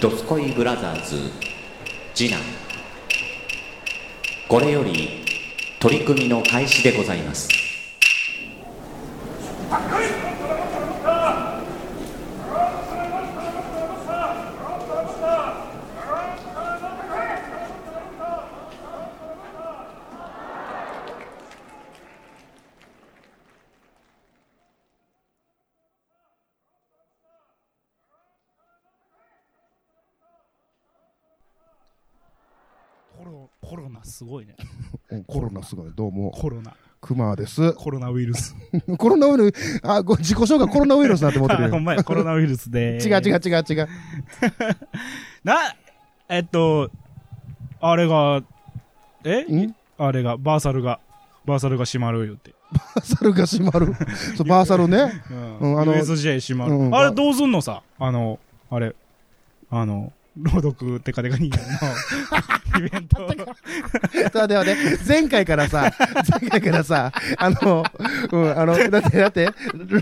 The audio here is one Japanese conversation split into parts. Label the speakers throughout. Speaker 1: ドスコイブラザーズ次男これより取り組みの開始でございます
Speaker 2: コロコロナすごいね。
Speaker 3: えコロナすごい、どうも、
Speaker 2: コロナ。
Speaker 3: クマです。
Speaker 2: コロナウイルス。
Speaker 3: コロナウイルス、あ、ご自己紹介コロナウイルスだと思ってる
Speaker 2: あ
Speaker 3: よ。
Speaker 2: ほんまや、コロナウイルスで。
Speaker 3: 違う違う。違う違う。
Speaker 2: な、えっと、あれが、え
Speaker 3: ん
Speaker 2: あれが、バーサルが、バーサルが閉まるよって。
Speaker 3: バーサルが閉まる。そう、バーサルね。
Speaker 2: うん
Speaker 3: うんあの
Speaker 2: USJ 閉まる。
Speaker 3: うん
Speaker 2: あれどうすんのさ、あの、あれ、あの、朗読テカテカ人間 のイベント。
Speaker 3: さあ、ではね、前回からさ、 前回からさ、あの、うん、あの、だって、だって、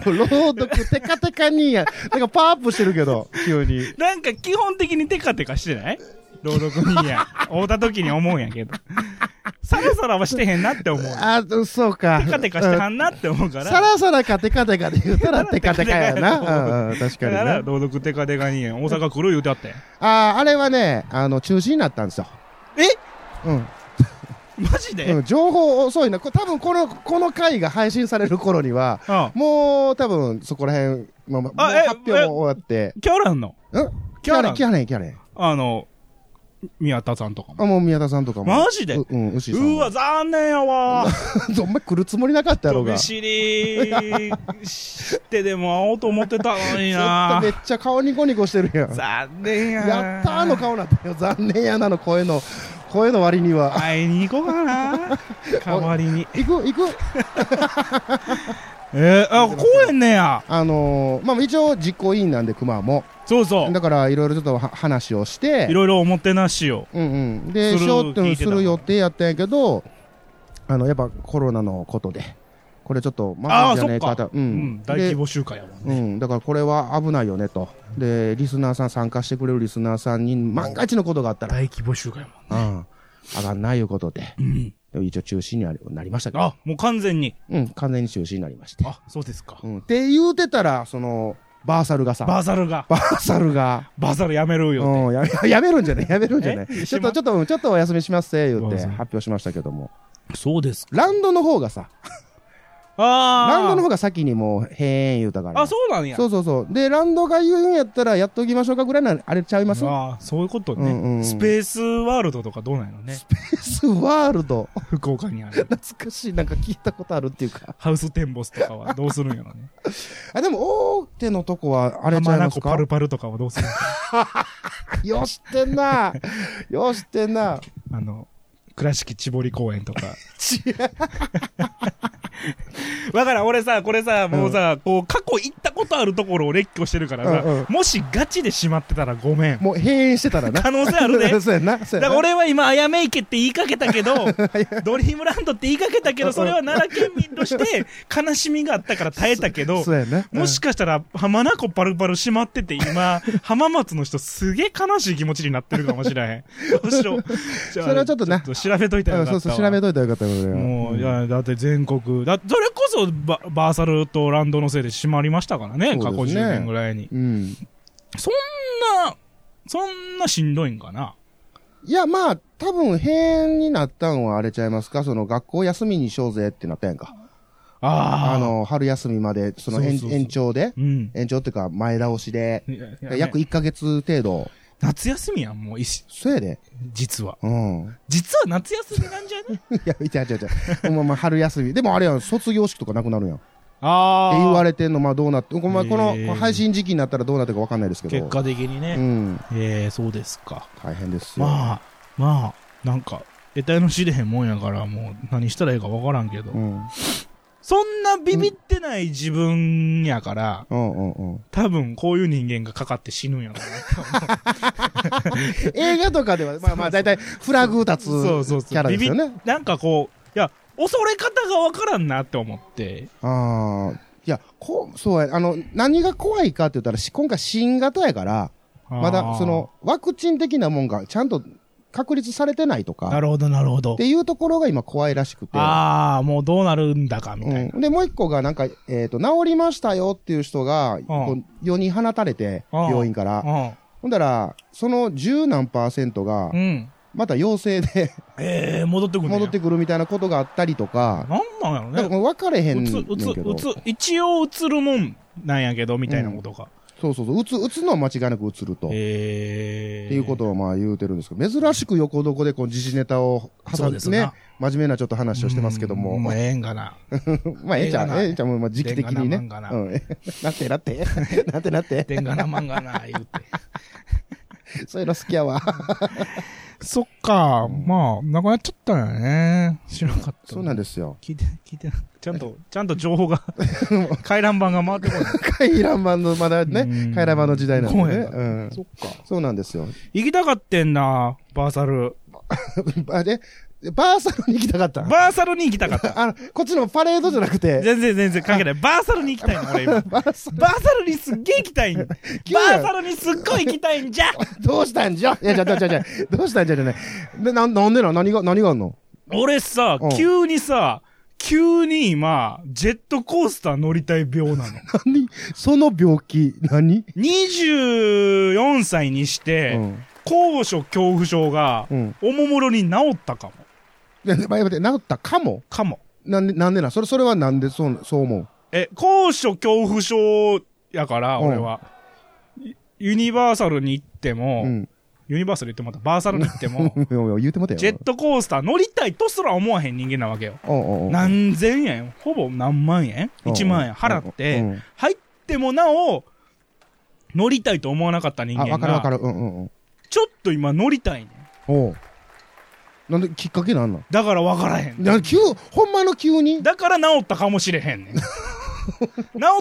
Speaker 3: 朗読テカテカにや、なんかパワーアップしてるけど、急に。
Speaker 2: なんか基本的にテカテカしてない朗読人 間。会うた時に思うんやけど。サラサラはしてへんなって思う。
Speaker 3: あ、そうか。
Speaker 2: テカテカしてはんなって思うから。
Speaker 3: さらさらかテカテカで言った らテカテカや
Speaker 2: テカテカやな
Speaker 3: な。うんうん確か
Speaker 2: だ
Speaker 3: に
Speaker 2: か
Speaker 3: ね
Speaker 2: ら、。朗読テカテカに大阪来る言うてあって。
Speaker 3: あーあれはね、あの、中止になったんですよ。
Speaker 2: え
Speaker 3: うん。
Speaker 2: マジで、う、
Speaker 3: うんん、情報遅いな。こ多分この、この回が配信される頃には、
Speaker 2: あ、
Speaker 3: もう多分そこら辺、まあまあ、
Speaker 2: あ
Speaker 3: もう
Speaker 2: え
Speaker 3: 発表も終わって。
Speaker 2: キャランの、
Speaker 3: うんキャレン、キャレン、キャレン。
Speaker 2: あの、宮田さんとかも。
Speaker 3: あ、もう宮田さんとかも。
Speaker 2: マジで
Speaker 3: ううん、牛
Speaker 2: う
Speaker 3: さんも。
Speaker 2: ー わ、残念やわー。
Speaker 3: お前来るつもりなかったや
Speaker 2: 飛
Speaker 3: ろうが。
Speaker 2: び
Speaker 3: ち
Speaker 2: 知りしてでも会おうと思ってたのに
Speaker 3: ょっと
Speaker 2: な
Speaker 3: めっちゃ顔ニコニコしてるやん。
Speaker 2: 残念や
Speaker 3: やったーの顔なったよ。残念やなの声の、声の割には。
Speaker 2: 会いに行こうか な代わりに。
Speaker 3: 行く、行く。
Speaker 2: えー、あ、公園ねや。
Speaker 3: あのーまあ一応実行委員なんで、熊も。
Speaker 2: そうそう。
Speaker 3: だからいろいろちょっとは話をして
Speaker 2: い、ろいろおもてなしを。
Speaker 3: うんうん。で、
Speaker 2: す
Speaker 3: し
Speaker 2: る
Speaker 3: ようっていうの
Speaker 2: 聞
Speaker 3: をす
Speaker 2: いてたも
Speaker 3: る
Speaker 2: ん
Speaker 3: 予定やったんやけど、あの、やっぱコロナのことで、これちょっとまずいんじゃねえ
Speaker 2: あ
Speaker 3: か
Speaker 2: ーそっ
Speaker 3: と。う
Speaker 2: うんん、。大規模集会やもん。
Speaker 3: でうん。だからこれは危ないよねと。で、リスナーさん、参加してくれるリスナーさんに万が一のことがあったら、
Speaker 2: 大規模集会やもん。
Speaker 3: うん。上がんないいうことで、
Speaker 2: うん。
Speaker 3: でも一応中止になりなりましたけど、
Speaker 2: あ、もう完全に。
Speaker 3: うん、完全に中止になりまして。
Speaker 2: あ、そうですか
Speaker 3: う。ん。って言うてたら、その、バーサルがさ、
Speaker 2: バザルが。
Speaker 3: バーサル が、
Speaker 2: バザルやめるよ。
Speaker 3: うん、ややめるんじゃないやめるんじゃない
Speaker 2: え
Speaker 3: ちょっと、ちょっとうん、ちょっとお休みしますって言っ
Speaker 2: どう
Speaker 3: て
Speaker 2: ぞ
Speaker 3: 発表しましたけども。
Speaker 2: そうです。
Speaker 3: ランドの方がさ、
Speaker 2: ああ。
Speaker 3: ランドの方が先にもう、へーん言うたから。
Speaker 2: あ、そうなんや。
Speaker 3: そうそうそう。で、ランドが言うんやったら、やっときましょうかぐらいな、あれちゃいます
Speaker 2: あーそういうことね、
Speaker 3: うんうんうん
Speaker 2: スペースワールドとかどうなんやろね。
Speaker 3: ペースワールド。
Speaker 2: 福岡にあ る。
Speaker 3: 懐かしい、なんか聞いたことあるっていうか。
Speaker 2: ハウステンボスとかはどうするんやろね。
Speaker 3: あ、でも、大手のとこ は、あれちゃ
Speaker 2: 浜
Speaker 3: い
Speaker 2: 名
Speaker 3: ます
Speaker 2: 湖パ
Speaker 3: か
Speaker 2: ルパルとかはどうするんや
Speaker 3: よしてんなよしてんな
Speaker 2: ろ あの、倉敷千堀公園と か。わからん、俺さ、これさ、もうさ、こう、過去行ったことあるところを列挙してるからさ、
Speaker 3: うんうん
Speaker 2: もしガチで閉まってたらごめん。
Speaker 3: もう、閉園してたらな。
Speaker 2: 可能性あるね
Speaker 3: そうやな、そう
Speaker 2: だから
Speaker 3: やな。
Speaker 2: 俺は今、あやめ池って言いかけたけ ど、ドリームランドって言いかけたけど、それは奈良県民として悲しみがあったから耐えたけど
Speaker 3: そ、うやな。
Speaker 2: もしかしたら浜名湖パルパル閉まってて、今、 浜松の人すげえ悲しい気持ちになってるかもしれへん。どうしよう。そ
Speaker 3: それはちょっとな
Speaker 2: 調べといたら
Speaker 3: う
Speaker 2: よ
Speaker 3: ん、
Speaker 2: か
Speaker 3: そ
Speaker 2: った
Speaker 3: うそう、
Speaker 2: わ。
Speaker 3: 調べといたらよかったことだよ
Speaker 2: もう、
Speaker 3: ん
Speaker 2: いや、だって全国、だそれこそババーサルとランドのせいで閉まりましたからね、
Speaker 3: そうで
Speaker 2: 過
Speaker 3: すね
Speaker 2: 去10年ぐらいに。
Speaker 3: うん。
Speaker 2: そんな、そんなしんどいんかない
Speaker 3: や、まあ、多分、閉園になったんはあれちゃいますかその、学校休みにしようぜってなったやんか。
Speaker 2: ああ。
Speaker 3: あ、の、春休みまで、その延
Speaker 2: そうそうそう
Speaker 3: 延長で、
Speaker 2: うん。
Speaker 3: 延長っていうか、前倒しで、
Speaker 2: いやいや
Speaker 3: 約1ヶ月程度、
Speaker 2: 夏休みやん、もう、いし
Speaker 3: そやで。
Speaker 2: 実は。
Speaker 3: うん。
Speaker 2: 実は夏休みなんじゃね
Speaker 3: いや、いや、いや、いや、まあまあ、春休み。でもあれやん、卒業式とかなくなるやん。って
Speaker 2: あ
Speaker 3: 言わ
Speaker 2: れ
Speaker 3: れてんの、まあどうなって、こまあこの、
Speaker 2: へー
Speaker 3: この配信時期になったらどうなってるかわかんないですけど。
Speaker 2: 結果的に
Speaker 3: う
Speaker 2: ね。
Speaker 3: ん。
Speaker 2: ええ、そうですか。
Speaker 3: 大変ですよ。
Speaker 2: まあ、まあ、なんか、得体の知れへんもんやから、もう、何したらいいかわからんけど
Speaker 3: う。ん。
Speaker 2: そんなビビってない自分やから、
Speaker 3: うんうんうん。
Speaker 2: 多分、こういう人間がかかって死ぬんやろうな。
Speaker 3: 映画とかでは、まあまあ、大体、フラグ立つキ
Speaker 2: そうそうそ
Speaker 3: ャ
Speaker 2: う。
Speaker 3: ラ
Speaker 2: ビ
Speaker 3: です
Speaker 2: ビ
Speaker 3: よね。
Speaker 2: なんかこう、いや、恐れ方がわからんなって思って。
Speaker 3: ああ。いや、こう、そうや、あの、何が怖いかって言ったら、し今回新型やから、
Speaker 2: ー
Speaker 3: まだそのワクチン的なもんがちゃんと確立されてないと
Speaker 2: な
Speaker 3: か、
Speaker 2: るほど、なるほど
Speaker 3: っ。ていうところが今怖いらしくて。
Speaker 2: ああ、もうどうなるんだか、みたいな。
Speaker 3: うん、で、もう一個が、なんか、えっ、と、治りましたよっていう人が、こう世に放たれて、
Speaker 2: うん
Speaker 3: 病院から。ほんだら、その十何パーセントが
Speaker 2: うん。う、ん。
Speaker 3: また陽性で
Speaker 2: ええー、戻ってくる
Speaker 3: 戻ってくるみたいなことがあったりとか、
Speaker 2: なんなんやろね。
Speaker 3: なんかもう分かれへん
Speaker 2: う
Speaker 3: ね
Speaker 2: つ、
Speaker 3: ん
Speaker 2: う
Speaker 3: け
Speaker 2: つ、う
Speaker 3: ど。
Speaker 2: つ、一応うつるもんなんやけど、みたいなことが。
Speaker 3: そうそうそう。うつ、うつのは間違いなくうつると。
Speaker 2: ええー。
Speaker 3: っていうことをまあ言うてるんですけど、珍しく横どこでこう時事ネタを
Speaker 2: そ
Speaker 3: 挟
Speaker 2: うんで
Speaker 3: ですす
Speaker 2: な
Speaker 3: ね、真面目なちょっと話をしてますけども、
Speaker 2: うんま
Speaker 3: まあ
Speaker 2: あ、ええんかな。
Speaker 3: まあええちゃん、ええちゃんもまあ時期的に
Speaker 2: で
Speaker 3: ね。うんん
Speaker 2: がな
Speaker 3: なんてなって、 なんてなって、
Speaker 2: でんがなまんがな、 言うて。
Speaker 3: そういうの好きやわ。
Speaker 2: そっか、まあ、なくなっちゃったよね。知らなかった。
Speaker 3: そうなん
Speaker 2: で
Speaker 3: です よ。
Speaker 2: 聞いて、聞いてな、ちゃんと、ちゃんと情報 が、回覧板が回ってこない。
Speaker 3: 回覧版の、まだ
Speaker 2: うん
Speaker 3: ね、回覧版の時代なんでね。
Speaker 2: ごめ
Speaker 3: うん。
Speaker 2: そっか。
Speaker 3: そうなんですよ。
Speaker 2: 行きたかってんな、バーサル。
Speaker 3: あれバーサルに行きたかった。
Speaker 2: バーサルに行きたかった。
Speaker 3: あの、こっちのパレードじゃなくて、
Speaker 2: 全然全然関係ない。バーサルに行きたいの、俺 今。バーサルにすっげえ行きたいん。バ
Speaker 3: 急や
Speaker 2: ーサルにすっごい行きたいんじ ゃ。
Speaker 3: どうしたんじゃいや、じゃあ、じゃあ、じゃあじゃあ、どうしたんじゃじゃない。で、なんなんでなん何が、何があんの
Speaker 2: 俺さ
Speaker 3: うん、
Speaker 2: 急にさ、急に今、ジェットコースター乗りたい病 なの。
Speaker 3: 何その病気、何
Speaker 2: 24歳にし
Speaker 3: う
Speaker 2: て、
Speaker 3: ん。
Speaker 2: 高所恐怖症が
Speaker 3: う、ん。
Speaker 2: おもむろに治ったかも。
Speaker 3: いや、待って、治ったかも
Speaker 2: かも。
Speaker 3: なんで、なんでな、それ、それはなんでそう、そう思う
Speaker 2: え、高所恐怖症やから、
Speaker 3: うん
Speaker 2: 俺は。ユユニバーサルに行っても、
Speaker 3: うん。
Speaker 2: ユニバーサル行ってもまたバーサルに行って も、
Speaker 3: いやいや言うてもうたよ。
Speaker 2: ジェットコースター乗りたいとすら思わへん人間なわけよ。
Speaker 3: おうおうおう
Speaker 2: 何千円ほぼ何万円
Speaker 3: うん
Speaker 2: ?1 万円払っ
Speaker 3: う
Speaker 2: て
Speaker 3: ん、
Speaker 2: 入ってもなお、乗りたいと思わなかった人
Speaker 3: あ、
Speaker 2: 間
Speaker 3: わかるわか
Speaker 2: が、
Speaker 3: る。うんうんうん。
Speaker 2: ちょっと今乗りたいねん。
Speaker 3: おうなんで、きっかけなんなん
Speaker 2: だからわからへん。
Speaker 3: な急、ほんまの急に
Speaker 2: だから治ったかもしれへん ねん。治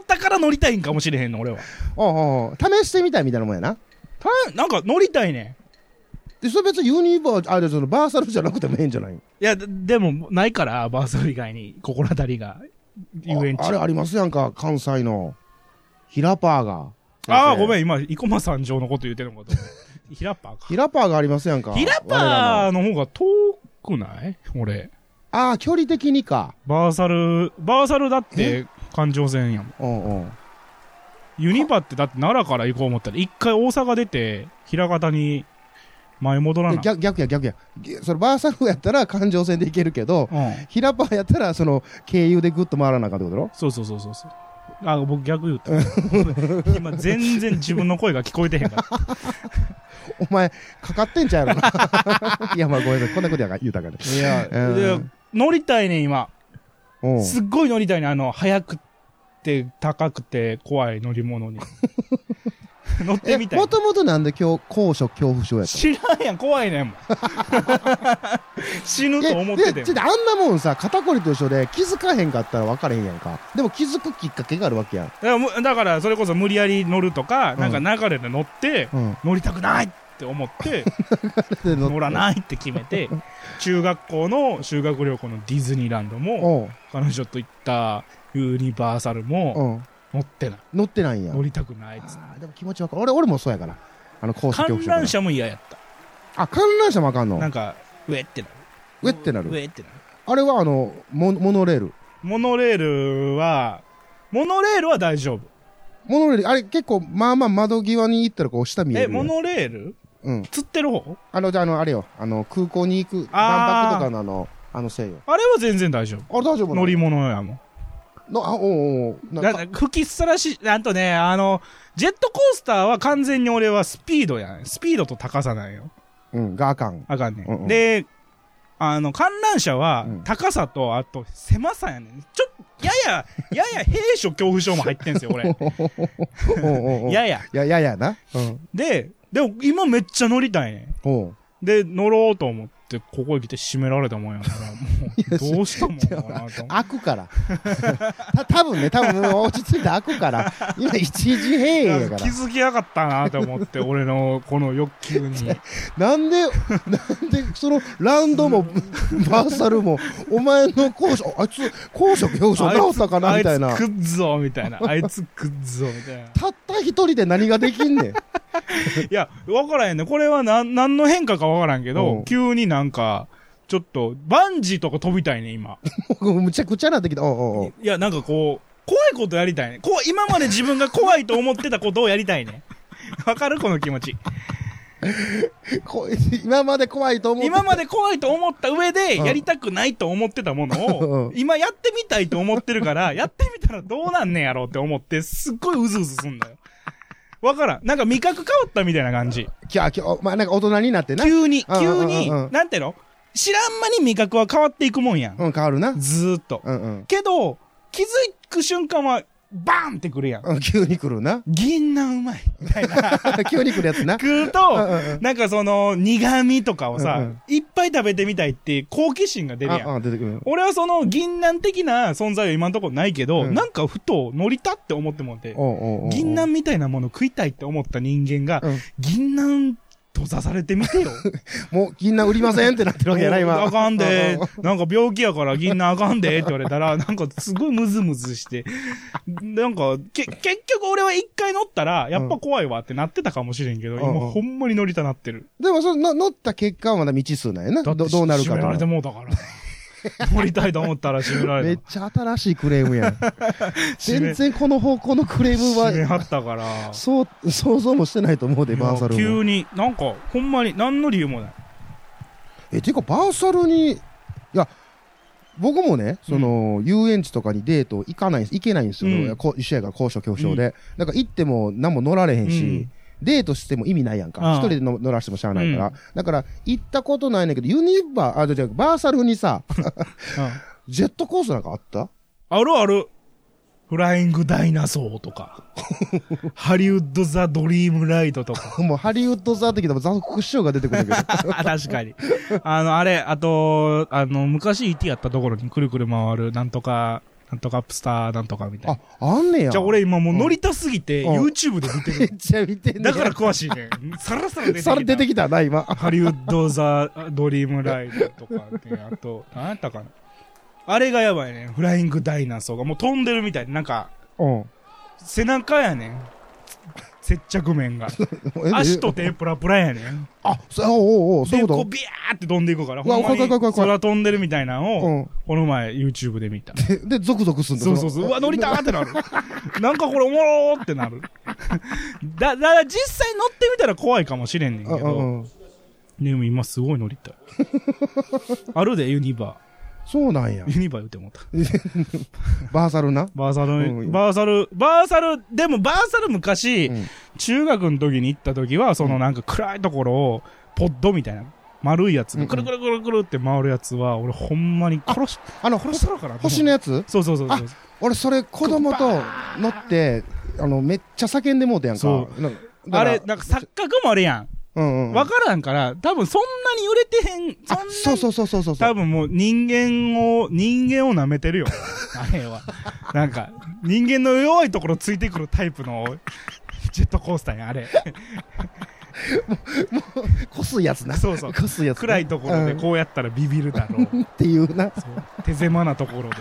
Speaker 2: ったから乗りたいんかもしれへんの、俺は。
Speaker 3: おうおうおう試してみたいみたいなもんやな。
Speaker 2: たなんか乗りたいね
Speaker 3: で、それ別にユニバー、あ、じゃあそのバーサルじゃなくてもええんじゃない
Speaker 2: ん。いや、ででも、ないから、バーサル以外に心当たりが、遊園地。
Speaker 3: ああれありますやんか、関西の。ヒラパーが。
Speaker 2: ああ、ごめ
Speaker 3: ん。
Speaker 2: ん、今、生駒山上のこと言ってるのかと思う。ヒラッパーか。
Speaker 3: ヒラパーがありますやんか。
Speaker 2: ヒラッ
Speaker 3: 我ら
Speaker 2: パ
Speaker 3: の
Speaker 2: ーの方が遠くない俺。
Speaker 3: ああ、距離的にか。
Speaker 2: バーサル、バーサルだって環状線やもん。
Speaker 3: うんうん。
Speaker 2: ユニバってだって奈良から行こう思ったら、一回大阪出て、平方に前戻ら
Speaker 3: で
Speaker 2: ない。
Speaker 3: 逆逆や逆や。ぎそのバーサルやったら環状線で行けるけど、
Speaker 2: うん。
Speaker 3: ヒラパーやったらその経由でぐっと回らなあかんってことだろ
Speaker 2: そうそうそうそうそう。あ、僕逆言 った。今全然自分の声が聞こえてへんから。
Speaker 3: お前、かかってんちゃうやろな。 いや、まあごめんなさい。こんなことやから言うたから。
Speaker 2: いや
Speaker 3: うん
Speaker 2: で乗りたいねん今。
Speaker 3: うん。
Speaker 2: すっごい乗りたいねんあの、速くて、高くて、怖い乗り物に。 乗って
Speaker 3: え、
Speaker 2: みたい
Speaker 3: も。ともとなんで今日、高所恐怖症やった
Speaker 2: 知らんやん、怖いねんもん。死ぬと思って
Speaker 3: で
Speaker 2: て
Speaker 3: ちょっとあんなもんさ肩こりと一緒で気づかへんかったら分かれへんやんかでも気づくきっかけがあるわけやん、
Speaker 2: だからむだからそれこそ無理やり乗るとか、
Speaker 3: うん
Speaker 2: なんか流れで乗って、
Speaker 3: うん、
Speaker 2: 乗りたくないって思って、
Speaker 3: で乗
Speaker 2: 乗らないって決め て、中学校の修学旅行のディズニーランドも、
Speaker 3: おう
Speaker 2: 彼女と行ったユニバーサルも、
Speaker 3: うん
Speaker 2: 乗ってない。
Speaker 3: 乗ってないんや
Speaker 2: 乗りたくないっつって
Speaker 3: あーでも気持ち分かる俺俺もそうやからあの高所
Speaker 2: 観
Speaker 3: 恐怖症から
Speaker 2: 覧車も嫌やった。
Speaker 3: あ観覧車もあかん
Speaker 2: な
Speaker 3: の
Speaker 2: んか、上ってなる。
Speaker 3: 上ってなる
Speaker 2: 上ってなる。
Speaker 3: あれはあのモモノレール
Speaker 2: モノレールは、モノレールは大丈夫。
Speaker 3: モノレールあれ結構まあまあ窓際に行ったらこう下見
Speaker 2: え、
Speaker 3: えるやん
Speaker 2: モノレール
Speaker 3: うん
Speaker 2: 釣ってる方
Speaker 3: あのじゃああのあれよあの空港に行く万
Speaker 2: あー
Speaker 3: 博とかのあのあのせいよ
Speaker 2: あれは全然大丈夫。
Speaker 3: あれ大丈夫なの
Speaker 2: 乗り物やもん。
Speaker 3: のあおうおうおう
Speaker 2: だ
Speaker 3: な
Speaker 2: から吹きさらし、あとね、あの、ジェットコースターは完全に俺はスピードやん。スピードと高さなんよ。
Speaker 3: うんがあかん
Speaker 2: あかんねん。
Speaker 3: うんうん
Speaker 2: で、あの、観覧車は
Speaker 3: うん
Speaker 2: 高さと、あと狭さやねん。ちょっと、や や、やや兵所恐怖症も入ってんすよ、俺。
Speaker 3: おう おうお う
Speaker 2: やや。
Speaker 3: いや、いやいやな。うん。
Speaker 2: で、でも今めっちゃ乗りたいねん。
Speaker 3: おう
Speaker 2: で、乗ろうと思って、ここへ来て閉められたもんやから、もう、どうしたもんかなと思って。
Speaker 3: 開くから。 た多分ね、多分落ち着いて開くから。今、一時閉
Speaker 2: い
Speaker 3: 園や
Speaker 2: や
Speaker 3: か
Speaker 2: 気
Speaker 3: ら。
Speaker 2: づきやがったなと思って、俺のこの欲求に。
Speaker 3: なんで、なんで、その、ランドも、バーサルも、お前の高所、あいつ、高所恐怖症治ったかなみたいな
Speaker 2: あい。つ食っぞみたいな。あいつ食っぞみたいな。
Speaker 3: たった一人で何ができんねん。
Speaker 2: いや、わからへんね。これはなん、何の変化かわからんけ
Speaker 3: う
Speaker 2: ど
Speaker 3: ん、
Speaker 2: 急になんか、ちょっと、バンジーとか飛びたいね、今。
Speaker 3: もうむちゃくちゃなってきた。おうおうおう
Speaker 2: いや、なんかこう、怖いことやりたいね。こう、今まで自分が怖いと思ってたことをやりたいね。わかるこの気持ち。
Speaker 3: こい今まで怖いと思って。
Speaker 2: 今まで怖いと思った上で、
Speaker 3: うん
Speaker 2: やりたくないと思ってたもの
Speaker 3: う
Speaker 2: を
Speaker 3: ん、
Speaker 2: 今やってみたいと思ってる から、やってみたらどうなんねんやろうって思って、すっごいうずうずすんだよ。わからん。なんか味覚変わったみたいな感じ。
Speaker 3: きゃきゃ、まあなんか大人になってな。
Speaker 2: 急に、急に
Speaker 3: うんうんうんう、ん
Speaker 2: なんていうの知らん間に味覚は変わっていくもんやん。
Speaker 3: うん、変わるな。
Speaker 2: ずーっと。
Speaker 3: うんうん
Speaker 2: けど、気づく瞬間は、バーンってくるやん。。
Speaker 3: うん。急に来るな
Speaker 2: 銀杏うまい。みたいな。
Speaker 3: 急に来るやつ な。
Speaker 2: 食う
Speaker 3: うんうん
Speaker 2: と
Speaker 3: う、ん
Speaker 2: なんかその、苦味とかを
Speaker 3: う
Speaker 2: さ
Speaker 3: んうん、
Speaker 2: いっぱい食べてみたいっていう好奇心が出るやん。
Speaker 3: あ、あ出てくる。
Speaker 2: 俺はその、銀杏的な存在は今のところないけど、
Speaker 3: うん
Speaker 2: なんかふと乗りたって思ってもんて、
Speaker 3: おうおうおうおう
Speaker 2: 銀杏みたいなもの食いたいって思った人間が、
Speaker 3: うん
Speaker 2: 銀杏閉ざされてみてよ。
Speaker 3: もう銀杏売りませんってなってるわけや な、今。
Speaker 2: あかんで
Speaker 3: うう、
Speaker 2: なんか病気やから銀杏あかんでって言われたら、 なんかすごいムズムズして、なんか、け、結局俺は一回乗ったら、やっぱ怖いわってなってたかもしれんけど、
Speaker 3: ん
Speaker 2: 今
Speaker 3: うん
Speaker 2: ほんまに乗りたなってる。
Speaker 3: でもその乗った結果はまだ未知数なんやな。
Speaker 2: だ
Speaker 3: ど
Speaker 2: って
Speaker 3: どうなるか
Speaker 2: 閉められて
Speaker 3: と。
Speaker 2: もうだから。 乗りたいと思ったら閉めら
Speaker 3: め
Speaker 2: れ。
Speaker 3: ったちゃ新しいクレーム やん。
Speaker 2: 閉め
Speaker 3: 全然この方向のクレーム
Speaker 2: 閉めは
Speaker 3: は、
Speaker 2: ったから。
Speaker 3: そう、想像もしてないと思うで、バーサル
Speaker 2: いや
Speaker 3: も。
Speaker 2: 急に、なんか、ほんまに、何の理由もない。
Speaker 3: え、ていうか、バーサルに、いや、僕もね、その、遊園地とかにデート行かないんです、行けないんですよ。
Speaker 2: うん
Speaker 3: いやこう一緒やから、高所恐怖症で。なんか行っても何も乗られへんし、
Speaker 2: うん
Speaker 3: デートしても意味ないやん
Speaker 2: ああ
Speaker 3: か。一人での乗らしてもしゃあないから。
Speaker 2: うん
Speaker 3: だから、行ったことないねんだけど、ユニバー、あ、じゃあバーサルに さ、
Speaker 2: うん
Speaker 3: ジェットコースターなんかあった
Speaker 2: あるある。フライングダイナソーと か、ハリウッド・ザ・ドリーム・ライドとか。
Speaker 3: もうハリウッド座ってきたらザク師匠が出てくる んだけど。
Speaker 2: あ確かに。あの、あれ、あと、あの、昔 ET やったところにくるくる回る、なんとか、なんとかアップスター、なんとかみたい
Speaker 3: あ
Speaker 2: な。、
Speaker 3: あんねや。
Speaker 2: じゃあ俺、今もう乗りたすぎて、
Speaker 3: うん
Speaker 2: YouTube で見て
Speaker 3: めっ
Speaker 2: る。
Speaker 3: ちゃ見てんね
Speaker 2: だから詳しいね。さらさら出てき
Speaker 3: さ
Speaker 2: た。
Speaker 3: ら出てきたな、今。
Speaker 2: ハリウッド・ザ・ドリーム・ライドとかね、あと、何やったかな。あれがやばいね。フライング・ダイナソーがもう飛んでるみたいで、なんか、
Speaker 3: うん。
Speaker 2: 背中やねん。接着面 が。足と。手プラプラやねん。
Speaker 3: あ、そう、おうおう、そうい
Speaker 2: で、
Speaker 3: う
Speaker 2: こ
Speaker 3: こ
Speaker 2: うビャーって飛んでいくから、
Speaker 3: うわ
Speaker 2: ほんま
Speaker 3: 怖い怖い怖
Speaker 2: に
Speaker 3: い怖い
Speaker 2: 空飛んでるみたいな
Speaker 3: と。う
Speaker 2: のを、
Speaker 3: ん。
Speaker 2: この前 YouTube で見た。
Speaker 3: でで、ゾクゾクすんだ。
Speaker 2: そうそう
Speaker 3: そ
Speaker 2: そう。うわ、乗りたーってなる。 なんかこれおもろーってなる。 だ、だから実際乗ってみたら怖いかもしれんねん
Speaker 3: の。
Speaker 2: け
Speaker 3: うんう
Speaker 2: ど、
Speaker 3: んうん。
Speaker 2: でも今すごい乗りたい。 あるで、ユニバ
Speaker 3: そうなんや
Speaker 2: ー。。ユニバー言うて思った。
Speaker 3: バーサルな。
Speaker 2: バーサ
Speaker 3: う
Speaker 2: ル、
Speaker 3: ん
Speaker 2: バーサル、バーサル、でもバーサル昔、
Speaker 3: うん
Speaker 2: 中学の時に行った時は、そのなんか暗いところを、ポッドみたいな、丸いやつ
Speaker 3: うん
Speaker 2: で、
Speaker 3: うん
Speaker 2: くるくるくるくるって回るやつは、俺ほんまに殺し、
Speaker 3: あの、
Speaker 2: 殺したろかなと思う
Speaker 3: 星のやつ
Speaker 2: そうそうそうそう。
Speaker 3: 俺、それ、子供と乗って、あの、めっちゃ叫んでもうてやんか
Speaker 2: そ。
Speaker 3: なんか
Speaker 2: あれ、
Speaker 3: だから
Speaker 2: なんか錯覚もあるや。
Speaker 3: うんうんん。
Speaker 2: わからんから、多分そんなに揺れてへん、そんな
Speaker 3: あ
Speaker 2: に。
Speaker 3: そうそうそうそうそう。
Speaker 2: 多分もう人間を、人間を舐め てるよ。あれは。なんか、人間の弱いところついてくるタイプの、ジェットコースターや、あれ。
Speaker 3: こすやつな。
Speaker 2: そうそう
Speaker 3: こすやつな。
Speaker 2: 暗いところで
Speaker 3: うん
Speaker 2: こうやったらビビるだろう。
Speaker 3: っていうな。
Speaker 2: そう手狭なところで、み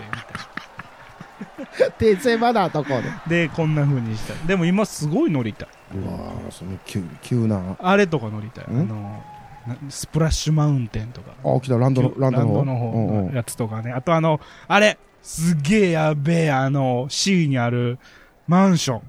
Speaker 2: たい
Speaker 3: 手狭なとこで。
Speaker 2: な。で、こんな風にした。でも今すごい乗りたい。
Speaker 3: うわーその急、急な。
Speaker 2: あれとか乗りたい。あ
Speaker 3: ん
Speaker 2: の、なスプラッシュマウンテンとか。
Speaker 3: あ、来た、ランドの、ランドの方。うんうん
Speaker 2: のやつとかね。あとあの、あれすげえやべえ、あの、C にあるマンション。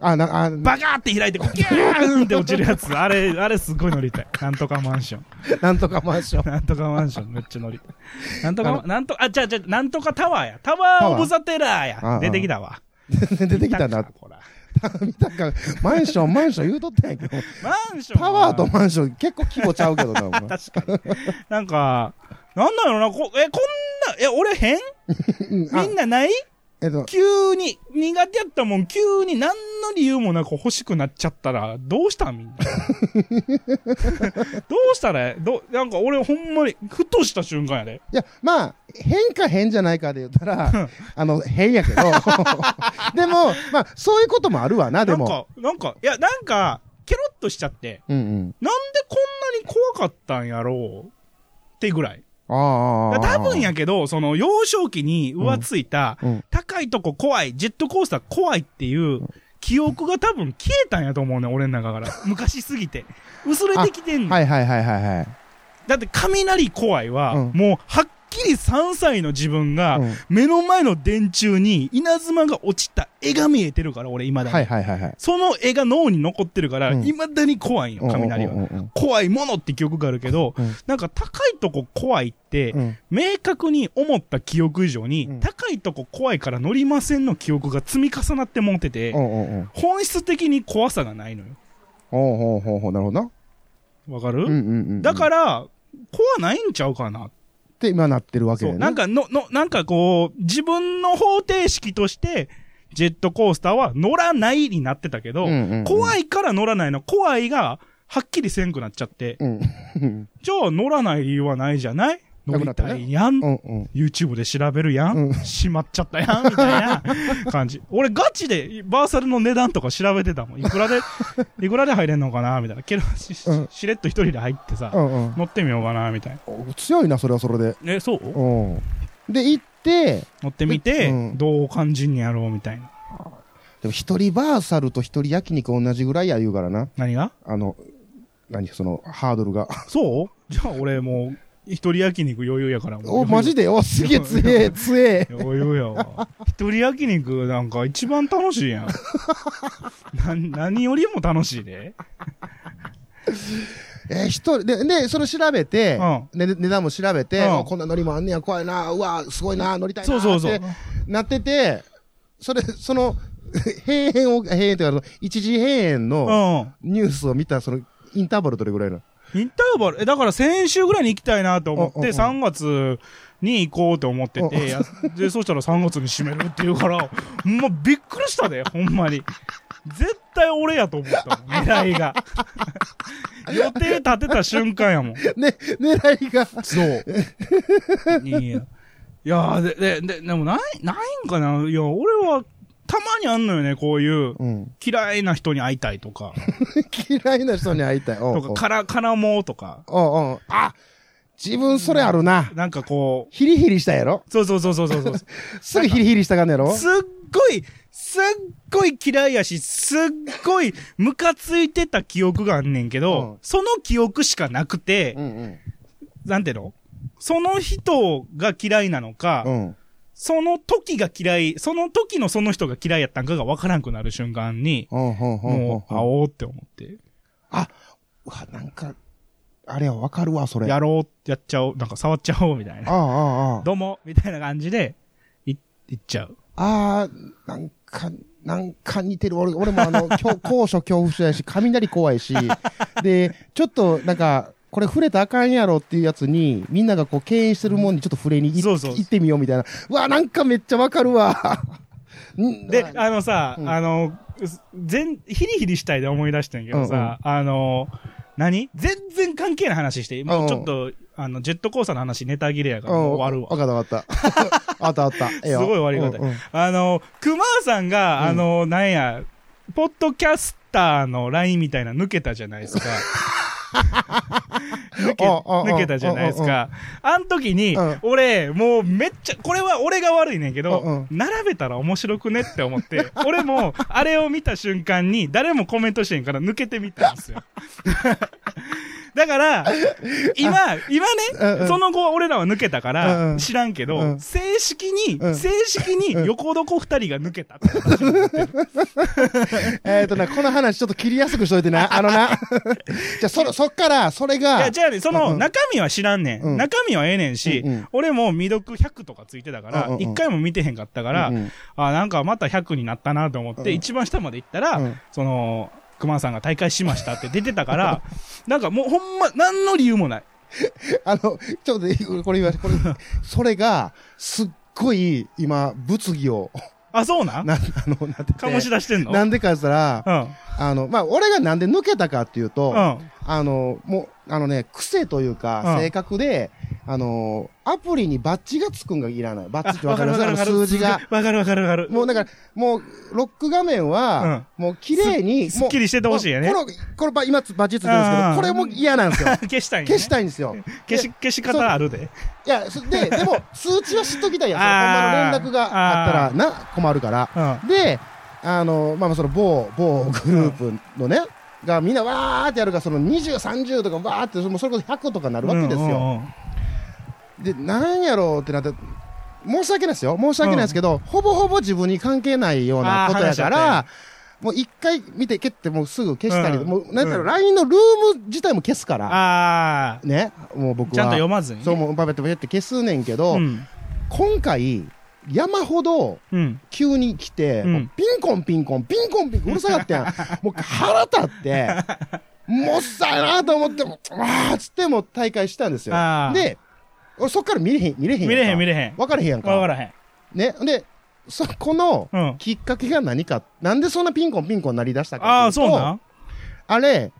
Speaker 3: あ、な、あ、
Speaker 2: バカーって開いて、こうギューンって落ちるや つ。あれ、あれすごい乗りたい。なんとかマンシ ョン。
Speaker 3: なんとかマンション。
Speaker 2: なんとかマンションめっちゃ乗りたい。なんと
Speaker 3: あ
Speaker 2: か
Speaker 3: の、
Speaker 2: なんとか、あ、じゃじゃなんとかタワーや。タワーオブザテラー
Speaker 3: タワ
Speaker 2: や。
Speaker 3: ー
Speaker 2: 出てきたわ。
Speaker 3: 出てきたな。
Speaker 2: こら
Speaker 3: 見たか、マンション、マンション言うとったんやけど、
Speaker 2: マンションは
Speaker 3: タワーとマンション結構規模ちゃうけどな、お前
Speaker 2: 確かに。なんか、なんだろうな、こ、え、こんな、え、俺 変
Speaker 3: うんあ
Speaker 2: みんなない
Speaker 3: えっと、
Speaker 2: 急に、苦手やったもん、急に何の理由もなく欲しくなっちゃったら、どうしたんみ んな。どうしたらえどう、なんか俺ほんまに、ふとした瞬間やで。
Speaker 3: いや、まあ、変か変じゃないかで言ったら、あの、変やけ ど、でも、まあ、そういうこともあるわな、で
Speaker 2: なん
Speaker 3: も。
Speaker 2: か、なんか、いや、なんか、ケロッとしちゃって、
Speaker 3: うんうん。
Speaker 2: なんでこんなに怖かったんやろうってぐらい。
Speaker 3: ああ。
Speaker 2: 多分。やけど、その幼少期に浮ついた、
Speaker 3: うん。
Speaker 2: 高いとこ怖い、ジェットコースター怖いっていう記憶が多分消えたんやと思うね、俺の中から。昔すぎて。薄れてきてんねん。
Speaker 3: はいはいはいはいはい。
Speaker 2: だって雷怖いは、
Speaker 3: うん
Speaker 2: もうはっきり3歳の自分が、
Speaker 3: うん
Speaker 2: 目の前の電柱に稲妻が落ちた絵が見えてるから、俺今だに。
Speaker 3: はいはいはいはい。
Speaker 2: その絵が脳に残ってるから、
Speaker 3: うん
Speaker 2: 未だに怖いんよ、雷は。
Speaker 3: うんうんうん
Speaker 2: 怖いものって記憶があるけど、
Speaker 3: うん
Speaker 2: なんか高いとこ怖いって、
Speaker 3: うん。うん
Speaker 2: 明確に思った記憶以上に、
Speaker 3: うん
Speaker 2: 高いとこ怖いから乗りませんの記憶が積み重なってもってて、
Speaker 3: うんうんうん。
Speaker 2: 本質的に怖さがないのよ。
Speaker 3: ほうほうほうほう、なるほどな。
Speaker 2: わかる、
Speaker 3: うんうんうん。。
Speaker 2: だからら、怖ないんちゃうかな。
Speaker 3: って今なってるわけ
Speaker 2: そ
Speaker 3: よ
Speaker 2: う。
Speaker 3: ね。
Speaker 2: なんかの、の、なんかこう、自分の方程式として、ジェットコースターは乗らないになってたけど、
Speaker 3: うんうんうん
Speaker 2: 怖いから乗らないの、怖いが、はっきりせんくなっちゃって、
Speaker 3: うん。うん
Speaker 2: じゃあ乗らない理由はないじゃない乗
Speaker 3: なく
Speaker 2: り
Speaker 3: なったね
Speaker 2: たいやん
Speaker 3: う。んうん。
Speaker 2: YouTube で調べるやん、
Speaker 3: うん
Speaker 2: しまっちゃったやんみたい な感じ。俺ガチでバーサルの値段とか調べてたもん。いくら で、いくらで入れんのかなみたいな。けど、し
Speaker 3: うん
Speaker 2: しれっと一人で入ってさ、
Speaker 3: うん
Speaker 2: 乗ってみようかなみたいな。
Speaker 3: うん。強いな、それはそれで。
Speaker 2: え、そう
Speaker 3: うん。で、行って、
Speaker 2: 乗ってみて、
Speaker 3: うん
Speaker 2: どう感じんねやろうみたいな。
Speaker 3: でも一人バーサルと一人焼肉同じぐらいや言うからな。
Speaker 2: 何が
Speaker 3: あの、何その、ハード ルが。
Speaker 2: そうじゃあ俺もう、一人焼肉余裕やからもう
Speaker 3: お、マジでお、すげえ強え、強え。
Speaker 2: 余裕やわ。一人焼肉なんか一番楽しい やん。な、何よりも楽しいで。
Speaker 3: えー一人、で、で、それ調べて、
Speaker 2: う
Speaker 3: ね、値段も調べて、
Speaker 2: うん
Speaker 3: あこんな乗りもあんねや、怖いな、うわ、すごいな、乗りたいな、
Speaker 2: そうそうそう
Speaker 3: ってなってて、それ、その、 閉園を、閉園というか、あの一時閉園
Speaker 2: う
Speaker 3: の
Speaker 2: ん。
Speaker 3: ニュースを見た、その、インターバルどれぐらいなの
Speaker 2: インターバル、え、だから先週ぐらいに行きたいなと思って、
Speaker 3: うんうんうん
Speaker 2: 3月に行こうと思ってて、やで、そしたら3月に閉めるって言うから、ほんまびっくりしたで、ほんまに。絶対俺やと思った もん、狙いが。予定立てた瞬間やもん。
Speaker 3: ね、狙いが、
Speaker 2: そう。いやいや、で、で、で、でもない、ないんかないや、俺は、たまにあんのよね、こういう、
Speaker 3: うん、
Speaker 2: 嫌いな人に会いたいとか、
Speaker 3: 嫌いな人に会いたい。おう
Speaker 2: とか、から、からもうとか、
Speaker 3: おうおうあ、自分それあるな。
Speaker 2: なんかこう、
Speaker 3: ヒリヒリしたやろ
Speaker 2: そうそうそうそうそうそう。すっ
Speaker 3: すぐヒリヒリしたがんねやろ
Speaker 2: ごい、すっごい嫌いやし、すっごいムカついてた記憶があんねんけど、
Speaker 3: うん
Speaker 2: その記憶しかなくて、
Speaker 3: うんうん。
Speaker 2: なんていうのその人が嫌いなのか、
Speaker 3: うん。
Speaker 2: その時が嫌い、その時のその人が嫌いやったんかがわからんくなる瞬間に、
Speaker 3: うん、ほん、ほん、ほん
Speaker 2: もう、会
Speaker 3: ほん。
Speaker 2: おうって思って、
Speaker 3: あ、うわ、なんか、あれはわかるわ、それ。
Speaker 2: やろう、やっちゃおう、なんか触っちゃおうみたい
Speaker 3: あ
Speaker 2: な。
Speaker 3: あ、ああ、
Speaker 2: どうも、みたいな感じで、い、いっちゃう。
Speaker 3: ああ、なんか、なんか似てる。俺俺も あの、恐高所恐怖症やし、雷怖いし、で、ちょっとなんか、これ触れたらあかんやろっていうやつに、みんながこう敬遠してるもんにちょっと触れにい
Speaker 2: そうそう
Speaker 3: 行ってみようみたいな。うわ、なんかめっちゃわかるわ。ん
Speaker 2: で、
Speaker 3: あ
Speaker 2: あのさ、
Speaker 3: うん
Speaker 2: あの、全、ヒリヒリしたいで思い出したんやけどさ、あの、何全然関係ない話して、もうちょっと、あの、ジェットコースターの話ネタ切れやから、もう終わる
Speaker 3: わ
Speaker 2: わ。
Speaker 3: かったわか った。あったあった。ええ
Speaker 2: す
Speaker 3: よ
Speaker 2: ごい終わり方
Speaker 3: うんうん
Speaker 2: あの、クマーさんが、
Speaker 3: うん
Speaker 2: あの、なんや、ポッドキャスターのラインみたいなの抜けたじゃないです か。抜け
Speaker 3: あああ
Speaker 2: 抜けたじゃないですか。あん時に
Speaker 3: うん、
Speaker 2: 俺、もうめっちゃ、これは俺が悪いねんけ
Speaker 3: うんう
Speaker 2: ど
Speaker 3: ん、
Speaker 2: 並べたら面白くねって思 って、俺も、あれを見た瞬間に、誰もコメントしてんから抜けてみたんです よ。だから、今、今
Speaker 3: うんう
Speaker 2: ね、
Speaker 3: ん
Speaker 2: その後俺らは抜けたか
Speaker 3: うんう
Speaker 2: ら、
Speaker 3: ん
Speaker 2: 知らんけ
Speaker 3: う
Speaker 2: ど、
Speaker 3: ん
Speaker 2: 正式に、
Speaker 3: うん
Speaker 2: 正式に横床二人が抜けた って話になってる。
Speaker 3: えっとな、この話ちょっと切りやすくしとい てな。あのな。 じゃあ、それ、そっから、それ
Speaker 2: い
Speaker 3: が
Speaker 2: や、、じゃあね、そ
Speaker 3: うん
Speaker 2: の
Speaker 3: うん
Speaker 2: 中身は知らんね
Speaker 3: うん
Speaker 2: ん。中身はええねんし
Speaker 3: うんうん、
Speaker 2: 俺も未読100とかついてたか
Speaker 3: うんう
Speaker 2: ら
Speaker 3: ん、うん
Speaker 2: 一回も見てへんかったから
Speaker 3: うんうん、
Speaker 2: あ、なんかまた100になったなと思っ
Speaker 3: うん
Speaker 2: て、一番下まで行った
Speaker 3: うん
Speaker 2: ら、その、熊さんが大会しましたって出てたから、なんかもうほんま、何の理由もない。
Speaker 3: あの、ちょっと待って、これ言わこれ、それが、すっごい、今、物議を、
Speaker 2: あ、そうなん
Speaker 3: な、あ の、なってて
Speaker 2: 醸し出してんの
Speaker 3: なんでかって言ったら、
Speaker 2: うん。
Speaker 3: あの、まあ、俺がなんで抜けたかっていうと、
Speaker 2: うん。
Speaker 3: あの、もう、あのね、癖というか、
Speaker 2: うん
Speaker 3: 性格で、あの、アプリにバッジがつくんがいらない。バッジって
Speaker 2: わ
Speaker 3: わ
Speaker 2: か
Speaker 3: かり
Speaker 2: る
Speaker 3: ま
Speaker 2: わか
Speaker 3: すあ
Speaker 2: る
Speaker 3: の
Speaker 2: わかる。
Speaker 3: 数字が。
Speaker 2: わかるわかるわかる。
Speaker 3: もうだから、もう、ロック画面は、もう綺麗に、
Speaker 2: すすっきりしててほしいよね
Speaker 3: もうこの、このば、今、バッジついてるんですけ
Speaker 2: あ
Speaker 3: ど、
Speaker 2: ー
Speaker 3: これも嫌なんですよ。
Speaker 2: 消したいんやね
Speaker 3: 消したいんですよ。
Speaker 2: 消し、消し方あるで。
Speaker 3: いや、そで、でも、数値は知っときたいやん。そ
Speaker 2: あー
Speaker 3: のほんまの連絡があったら、な、困るから。
Speaker 2: う
Speaker 3: で、あの、まあまあ、その某、某グループのね、がみんなわーってやるから、その20、30とかわーって、もうそれこそ100とかなるわけですよ。で、なんやろうってなって、申し訳ないですよ。申し訳ないですけど、ほぼほぼ自分に関係ないようなことや
Speaker 2: あー
Speaker 3: か
Speaker 2: 話しちゃっ
Speaker 3: ら、もう一回見て、蹴って、もうすぐ消したり、
Speaker 2: うん
Speaker 3: もう、なんやろ
Speaker 2: う
Speaker 3: う、
Speaker 2: ん
Speaker 3: LINE のルーム自体も消すから、
Speaker 2: ああ
Speaker 3: ね、もう僕は。
Speaker 2: ちゃんと読まずにね
Speaker 3: そう、もうパペットパペット消すねんけど、
Speaker 2: うん
Speaker 3: 今回、山ほど、
Speaker 2: うん
Speaker 3: 急に来て、
Speaker 2: うん
Speaker 3: もうピンコンピンコン、ピンコンピンコン、うるさか ったやん。もう腹立って、もっさいなと思って、もうわーっつってもう大会したんですよ
Speaker 2: あ。ー
Speaker 3: で、俺そっから見れへん、見れへんやんか。
Speaker 2: 見れへん見れへん
Speaker 3: 分からへんやん
Speaker 2: わか
Speaker 3: か。
Speaker 2: らへん
Speaker 3: ね。で、そこの
Speaker 2: うん
Speaker 3: きっかけが何か、なんでそんなピンコンピンコンなりだした
Speaker 2: あ
Speaker 3: か
Speaker 2: あ
Speaker 3: って
Speaker 2: そ
Speaker 3: いううと、
Speaker 2: なん
Speaker 3: あれ、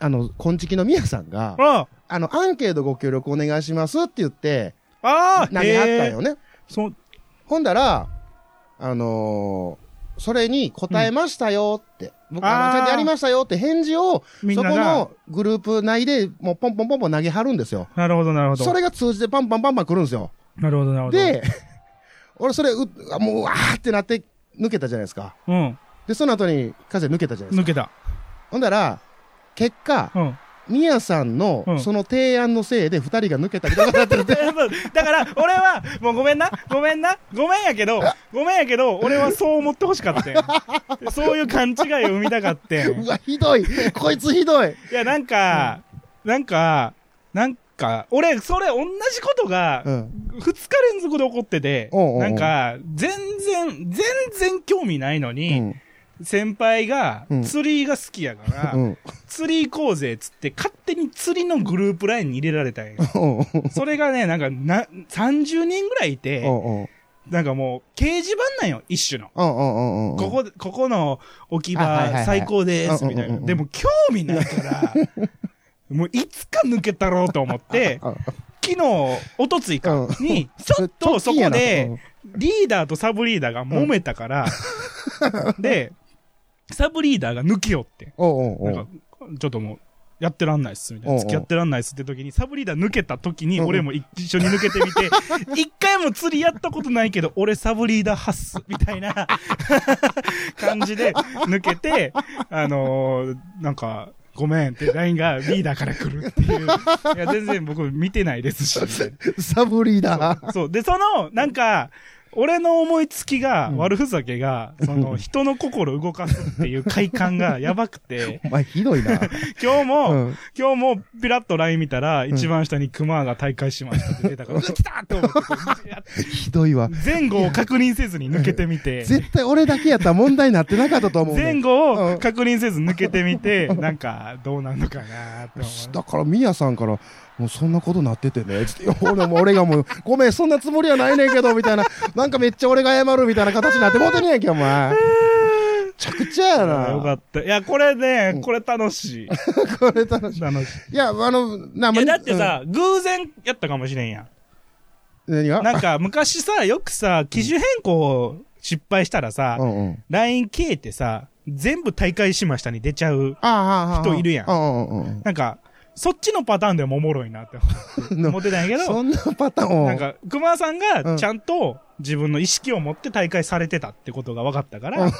Speaker 3: あの、金色のみやさんが、
Speaker 2: あ
Speaker 3: あの、アンケートご協力お願いしますって言って、
Speaker 2: あああ
Speaker 3: 投げはったん
Speaker 2: へえ
Speaker 3: よね。
Speaker 2: そう
Speaker 3: ほんだら、あのーそれに答えましたよって、僕あ
Speaker 2: あー
Speaker 3: のちゃんとやりましたよって返事を、
Speaker 2: みん
Speaker 3: そ
Speaker 2: な
Speaker 3: こ
Speaker 2: が
Speaker 3: のグループ内で、もうポンポンポンポン投げはるんですよ。
Speaker 2: なるほどなるほど
Speaker 3: それが通じてパンパンパンパン来るんですよ。
Speaker 2: なるほどなるほど
Speaker 3: で、 俺それう、あもううわーってなって抜けたじゃないですか。
Speaker 2: うん
Speaker 3: で、その後に風抜けたじゃない
Speaker 2: 抜
Speaker 3: ですか。
Speaker 2: けた
Speaker 3: ほんだら、結果、
Speaker 2: うん
Speaker 3: ミヤさんの
Speaker 2: うん
Speaker 3: その提案のせいで二人が抜けたりとかなっ てる
Speaker 2: だから俺はもうごめんなごめんなごめんやけどごめんやけど俺はそう思ってほしかった よそういう勘違いを生みたかったよ
Speaker 3: うわ、ひどい。こいつひどい。
Speaker 2: いやなんか、なんかなんか俺それ同じことが
Speaker 3: うん。
Speaker 2: 2日連続で起こってて、
Speaker 3: おうおうおう
Speaker 2: なんか全然全然興味ないの
Speaker 3: う
Speaker 2: に、
Speaker 3: ん。
Speaker 2: 先輩が
Speaker 3: うん
Speaker 2: 釣りが好きやから、
Speaker 3: うん。
Speaker 2: 釣り行こうぜっつって勝手に釣りのグループラインに入れられたんや
Speaker 3: うん
Speaker 2: それがねなんかな30人ぐらいいて、
Speaker 3: うんうん。
Speaker 2: なんかもう、掲示板なんよ、一種の。
Speaker 3: うんうんうんうん。
Speaker 2: ここ、ここの置き
Speaker 3: あはいはいは
Speaker 2: 場
Speaker 3: い
Speaker 2: 最高です、みた
Speaker 3: う
Speaker 2: い
Speaker 3: んうん
Speaker 2: な。
Speaker 3: うんうん
Speaker 2: でも興味ないから、 もういつか抜けたろうと思 って、
Speaker 3: あ
Speaker 2: 昨日、おとついか
Speaker 3: う
Speaker 2: に、ちょっとそこ
Speaker 3: うん
Speaker 2: で、リーダーとサブリーダーが揉めたから、で、サブリーダーが抜けよって。
Speaker 3: おう
Speaker 2: な
Speaker 3: おうんお
Speaker 2: か
Speaker 3: う。、
Speaker 2: ちょっともう、やってらんないっす、みたい
Speaker 3: おうお
Speaker 2: な。
Speaker 3: う
Speaker 2: 付き合ってらんないっすって時に、サブリーダー抜けた時に、
Speaker 3: うんうん
Speaker 2: 俺も一緒に抜けてみ て、一回も釣りやったことないけど、俺サブリーダー発す、みたいな 感じで抜けて、あのーなんか、ごめんって LINE がリーダーから来るっていう。いや、全然僕見てないです し。みたいな
Speaker 3: サブリーダー。
Speaker 2: そう。で、その、なんか、俺の思いつきが、悪ふざけが、その、人の心を動かすっていう快感がやばくて、
Speaker 3: お前ひどいな。
Speaker 2: 今日も、
Speaker 3: うん
Speaker 2: 今日もピラッと LINE 見たら、一番下にクマが大会しましたって出たから、うわ来たと思ってこうやって、
Speaker 3: ひどいわ。
Speaker 2: 前後を確認せずに抜けてみて、
Speaker 3: 絶対俺だけやったら問題になってなかったと思うねん。
Speaker 2: 前後
Speaker 3: う
Speaker 2: を
Speaker 3: ん
Speaker 2: 確認せず抜けてみて、なんか、どうなんのかなって思う。
Speaker 3: だから、ミヤさんから、もうそんなことなっててね。つっていや俺も、俺がもう、ごめん、そんなつもりはないねんけど、みたいな。なんかめっちゃ俺が謝るみたいな形になってもうてんねやんけ、お前。めちゃくちゃやな。
Speaker 2: よかった。いや、これね、これ楽しい。
Speaker 3: これ楽し
Speaker 2: 楽しい。
Speaker 3: い。いや、あの、な、
Speaker 2: い
Speaker 3: ま
Speaker 2: や、だって、さ、偶然やったかもしれんやん。
Speaker 3: うん何が
Speaker 2: なんか、昔さ、よくさ、機種変更失敗したらさ
Speaker 3: う、んうん。
Speaker 2: LINE 消えてさ、全部大会しましたに出ちゃう。
Speaker 3: ああ、ああ、ああ
Speaker 2: 人いるやん
Speaker 3: うんうんうん
Speaker 2: なんか、そっちのパターンでもおもろいなって
Speaker 3: の
Speaker 2: 思ってたんやけ
Speaker 3: そ
Speaker 2: ど、
Speaker 3: んなパターンを。
Speaker 2: なんか、熊さん
Speaker 3: う
Speaker 2: が
Speaker 3: ん
Speaker 2: ちゃんと自分の意識を持って大会されてたってことが分かったから、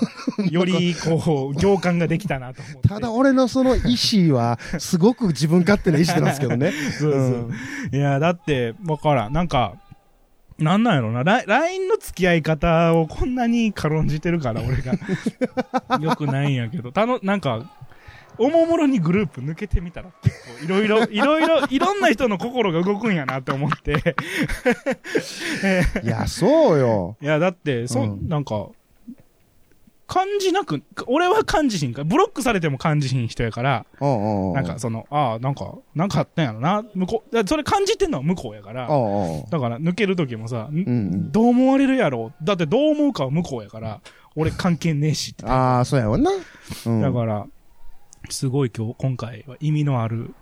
Speaker 2: より、こう、行間ができたなと思って。
Speaker 3: ただ俺のその意思は、すごく自分勝手な意思なんですけ どね。
Speaker 2: そうそう。いや、だって、わからん。なんか、なんなんやろな。ラ LINE の付き合い方をこんなに軽んじてるから、俺が。よくないんやけど。たの、なんか、おもむろにグループ抜けてみたら結構いろいろ、いろいろ、いろんな人の心が動くんやなって思って。
Speaker 3: いや、そうよ。
Speaker 2: いや、だって、そ、
Speaker 3: うん
Speaker 2: なんか、感じなく、俺は感じひんか。ブロックされても感じひん人やから、
Speaker 3: うんうんうん。
Speaker 2: なんかその、ああ、なんか、なんかあったんやろな。向こう、だそれ感じてんのは向こうやから
Speaker 3: う、んうん。
Speaker 2: だから抜ける時もさ、ん
Speaker 3: ん
Speaker 2: どう思われるやろだってどう思うかは向こうやから、俺関係ねえしって。
Speaker 3: ああ、そうやわな。うん。
Speaker 2: だから、すごい今日、今回は意味のある、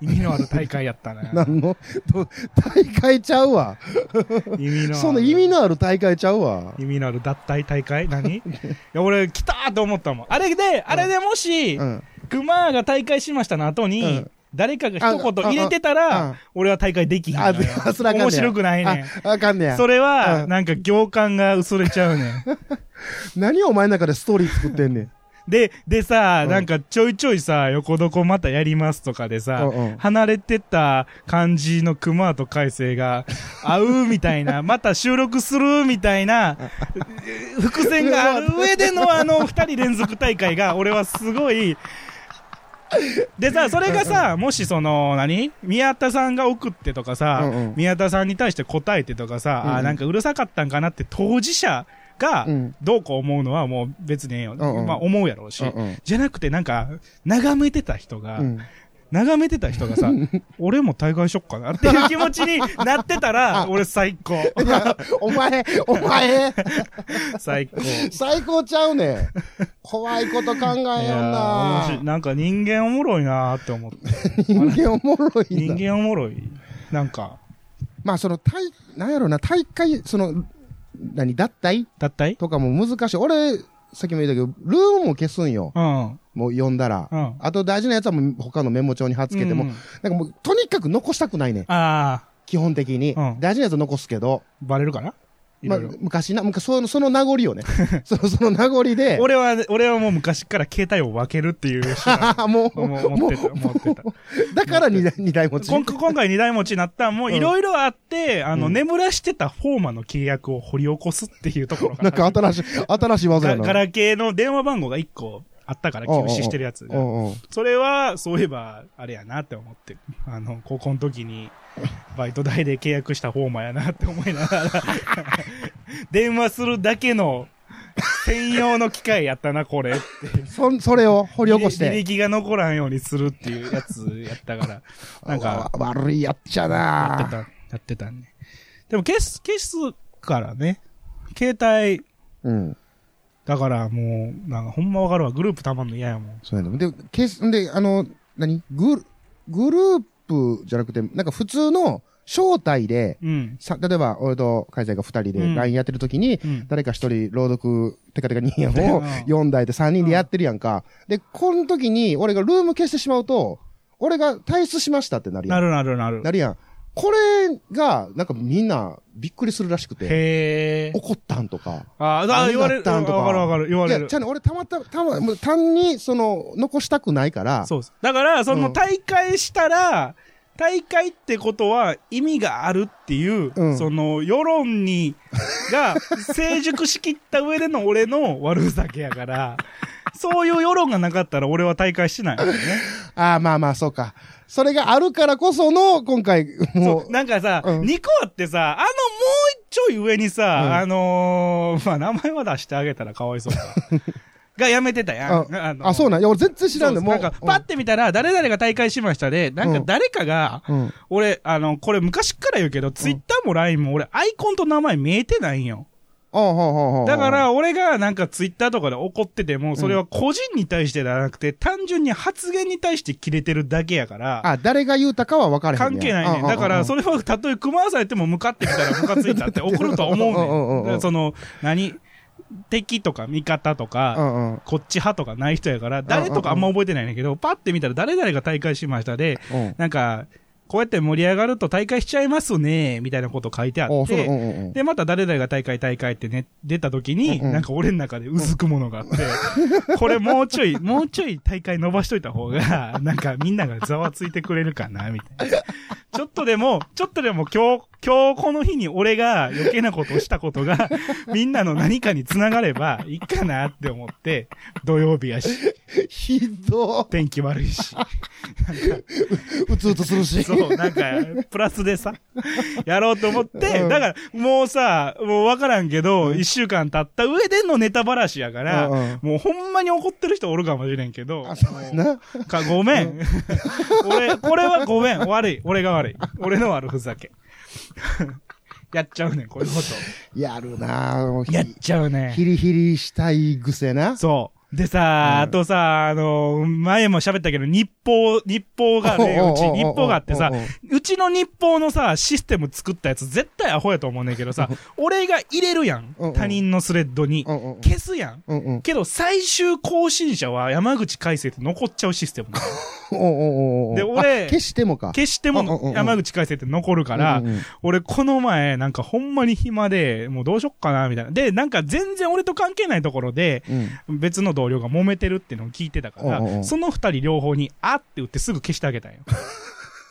Speaker 2: 意味のある大会やったな。
Speaker 3: なんの、ど大会ちゃうわ。
Speaker 2: 意味のある。
Speaker 3: その意味のある大会ちゃうわ。
Speaker 2: 意味のある脱退大会何 いや、俺、来たーと思ったもん。あれで、あれでもし
Speaker 3: う、ん。
Speaker 2: クマが大会しましたの後
Speaker 3: う
Speaker 2: に
Speaker 3: ん、
Speaker 2: 誰かが一言入れてたら
Speaker 3: あ、
Speaker 2: 俺は大会できひんの
Speaker 3: あ、
Speaker 2: よ。
Speaker 3: それあかんねや
Speaker 2: 面白くないね
Speaker 3: ああかんね
Speaker 2: ん。
Speaker 3: や。
Speaker 2: それは、
Speaker 3: うん
Speaker 2: なんか行間が薄れちゃうねん。
Speaker 3: 何をお前の中でストーリー作ってんねん。
Speaker 2: で、でさ、
Speaker 3: うん
Speaker 2: なんかちょいちょいさ、横床またやりますとかでさ、
Speaker 3: うんうん
Speaker 2: 離れてった感じの熊と海星 が、会うみたいな、また収録するみたいな、え伏線がある上でのあ の二人連続大会が、俺はすごい、でさ、それがさ、もしその、何宮田さんが送ってとかさ、
Speaker 3: うんうん
Speaker 2: 宮田さんに対して答えてとかさ、
Speaker 3: うんうん
Speaker 2: あ、なんかうるさかったんかなって当事者が
Speaker 3: うん、
Speaker 2: どうこう思うのはもう別にええよ。
Speaker 3: んうん
Speaker 2: まあ思うやろうし。
Speaker 3: うんうん
Speaker 2: じゃなくてなんか、眺めてた人が、
Speaker 3: うん。
Speaker 2: 眺めてた人がさ、俺も大会しよっかなっていう気持ちになってたら、 俺最高。
Speaker 3: お前、お前、
Speaker 2: 最高。
Speaker 3: 最高ちゃうねん。怖いこと考えよ
Speaker 2: い
Speaker 3: ん
Speaker 2: やー面白い
Speaker 3: な。
Speaker 2: なんか人間おもろいなーって思って。
Speaker 3: 人間おもろい
Speaker 2: 人
Speaker 3: な。
Speaker 2: 間おもろい。なんか、
Speaker 3: まあその、大、なんやろな、大会、その、何、脱退
Speaker 2: 脱退
Speaker 3: とかも難しい。俺、さっきも言ったけど、ルームも消すんよ。
Speaker 2: うん。
Speaker 3: もう読んだら。
Speaker 2: うん
Speaker 3: あと大事なやつはもう他のメモ帳に貼っつけても、
Speaker 2: うんうん
Speaker 3: なんかもう、とにかく残したくないねん。
Speaker 2: ああ、
Speaker 3: 基本的に。
Speaker 2: うん
Speaker 3: 大事なやつは残すけど。
Speaker 2: バレるかない
Speaker 3: ま
Speaker 2: ろ
Speaker 3: あ
Speaker 2: いろ。、
Speaker 3: 昔な、昔、その、その名残よ ね。その、その名残で。
Speaker 2: 俺は、俺はもう昔から携帯を分けるっていう手段
Speaker 3: もう、
Speaker 2: もう持ってた、持ってた。
Speaker 3: だから二台、二台持ち。
Speaker 2: 今今回二台持ちになったんも
Speaker 3: うん
Speaker 2: いろいろあって、あの、
Speaker 3: うん
Speaker 2: 眠らしてたフォーマの契約を掘り起こすっていうところが
Speaker 3: なんか新しい、新しい技や
Speaker 2: ガ
Speaker 3: な。
Speaker 2: ガラケーの電話番号が一個あったから休止してるやつ
Speaker 3: う。んうん。
Speaker 2: それは、そういえば、あれやなって思って、あの、高校の時に、バイト代で契約したフォーマやなって思いなが ら、電話するだけの専用の機械やったな、これって。
Speaker 3: そん、それを掘り起こし
Speaker 2: 履
Speaker 3: て。
Speaker 2: 歴が残らんようにするっていうやつやったから、なんか、
Speaker 3: わ悪いやっちゃ
Speaker 2: やってた、
Speaker 3: な
Speaker 2: やってたね。でも消す、消すからね、携帯、
Speaker 3: うん。
Speaker 2: だからもう、なんかほんまわかるわ、グループたまんの嫌やもん。
Speaker 3: そうやね。で、ケース、んで、あの、何グル、グループじゃなくて、なんか普通の招待で、
Speaker 2: うん。
Speaker 3: さ、例えば、俺と海星が二人
Speaker 2: う
Speaker 3: で
Speaker 2: ん
Speaker 3: LINE やってる時に、
Speaker 2: うん
Speaker 3: 誰か一人朗読、テカテカ人間
Speaker 2: う
Speaker 3: を
Speaker 2: ん
Speaker 3: 4台で3人でやってるやんか。で、この時に、俺がルーム消してしまうと、俺が退出しましたってなるやん
Speaker 2: な。るなるなる。
Speaker 3: なるやん。これが、なんかみんなびっくりするらしくて、
Speaker 2: へえ。
Speaker 3: 怒ったんとか。
Speaker 2: ああ、言われ
Speaker 3: 何
Speaker 2: る。
Speaker 3: だった
Speaker 2: わ
Speaker 3: んとか
Speaker 2: かるわかる。言わ
Speaker 3: い
Speaker 2: れ
Speaker 3: や、
Speaker 2: る
Speaker 3: じゃ。あね、俺たまたま、たま、もう単に、その、残したくないから、
Speaker 2: そうです。だから、そうの
Speaker 3: ん
Speaker 2: 大会したら、大会ってことは意味があるっていう、
Speaker 3: うん
Speaker 2: その世論に、が成熟しきった上での俺の悪ふざけや から、そういう世論がなかったら俺は大会しないよね。
Speaker 3: ああ、まあまあ、そうか。それがあるからこその、今回、も
Speaker 2: そうう、、なんかさ、
Speaker 3: うん
Speaker 2: ニコアってさ、あのもうちょい上にさ、
Speaker 3: ん
Speaker 2: あのー、まあ名前は出してあげたらかわいそうか。 がやめてたやん。
Speaker 3: あ
Speaker 2: のー
Speaker 3: あ、そうなん。いや、俺全然知らんね
Speaker 2: そう
Speaker 3: も
Speaker 2: な
Speaker 3: う。
Speaker 2: んか、パッて見たら、誰々が大会しましたで、なんか誰かが、
Speaker 3: うん。
Speaker 2: 俺、あの、これ昔から言うけど、ツイッターも LINE も俺、アイコンと名前見えてないんよ。
Speaker 3: ああ、ほうほうほう。
Speaker 2: だか、ら、俺がなんかツイッターとかで怒ってても、それは個人に対してではなくて、単純に発言に対してキレてるだけやから、
Speaker 3: あ、誰が言うたかは分かれへんね
Speaker 2: 関
Speaker 3: や。
Speaker 2: 係ないねん。だから、それは、たとえ組まわされても向かってきたらムカついた って怒るとは思うねん
Speaker 3: うんうんうん
Speaker 2: だから。その、何敵とか味方とか、
Speaker 3: うんうんうん
Speaker 2: こっち派とかない人やから、誰とかあんま覚えてないんだけど、パッて見たら誰々が大会しましたで、
Speaker 3: うん。うん。
Speaker 2: なんか、こうやって盛り上がると大会しちゃいますね、みたいなこと書いてあ
Speaker 3: お
Speaker 2: っ
Speaker 3: そうだうん
Speaker 2: て、
Speaker 3: うんうん。
Speaker 2: で、また誰々が大会大会ってね、出た時に、
Speaker 3: うんうん
Speaker 2: なんか俺の中でうずくものがあ って、これもうちょい、もうちょい大会伸ばしといた方 が、なんかみんながざわついてくれるかな、みたいな。ちょっとでも、ちょっとでも今日、今日この日に俺が余計なことをしたことが、みんなの何かにつながればいいかなって思って、土曜日やし、
Speaker 3: ひど
Speaker 2: 天気悪いし。
Speaker 3: うつうつするし。
Speaker 2: そう、なんか、プラスで さ、やろうと思って、
Speaker 3: うん
Speaker 2: だから、もうさ、もうわからんけど、一、週間経った上でのネタばらしやから、
Speaker 3: うん
Speaker 2: もうほんまに怒ってる人おるかもしれんけど、
Speaker 3: あ、そうやな。
Speaker 2: かごめん。 俺、これはごめん。悪い。俺が悪い。俺の悪ふざ け。やっちゃうねん、こういうこ
Speaker 3: やるなぁもう
Speaker 2: と。
Speaker 3: ひ
Speaker 2: やっちゃうね
Speaker 3: ヒリヒリしたい癖な。
Speaker 2: そう。でさ、あとさ、あの、前も喋ったけど、日報、日報がね、うち日報があってさ
Speaker 3: おうおうおうおう、
Speaker 2: うちの日報のさ、システム作ったやつ絶対アホやと思うねんけどさ、俺が入れるやん
Speaker 3: うんうん。
Speaker 2: 他人のスレッドに
Speaker 3: う。んうん
Speaker 2: 消すやん。
Speaker 3: うんうん。
Speaker 2: けど、最終更新者は山口海生って残っちゃうシステ ムなの。
Speaker 3: おうおうおうおう
Speaker 2: で俺
Speaker 3: あ消してもか。
Speaker 2: 消して
Speaker 3: うんうんうんう
Speaker 2: も
Speaker 3: ん
Speaker 2: 山口海生って残るから
Speaker 3: うんうんうん、
Speaker 2: 俺この前、なんかほんまに暇で、もうどうしよっかな、みたいな。で、なんか全然俺と関係ないところで、
Speaker 3: うん。
Speaker 2: 別の同僚が揉めてるっていうのを聞いてたから、
Speaker 3: おうおう
Speaker 2: その二人両方に、あって打ってすぐ消してあげ たんよ。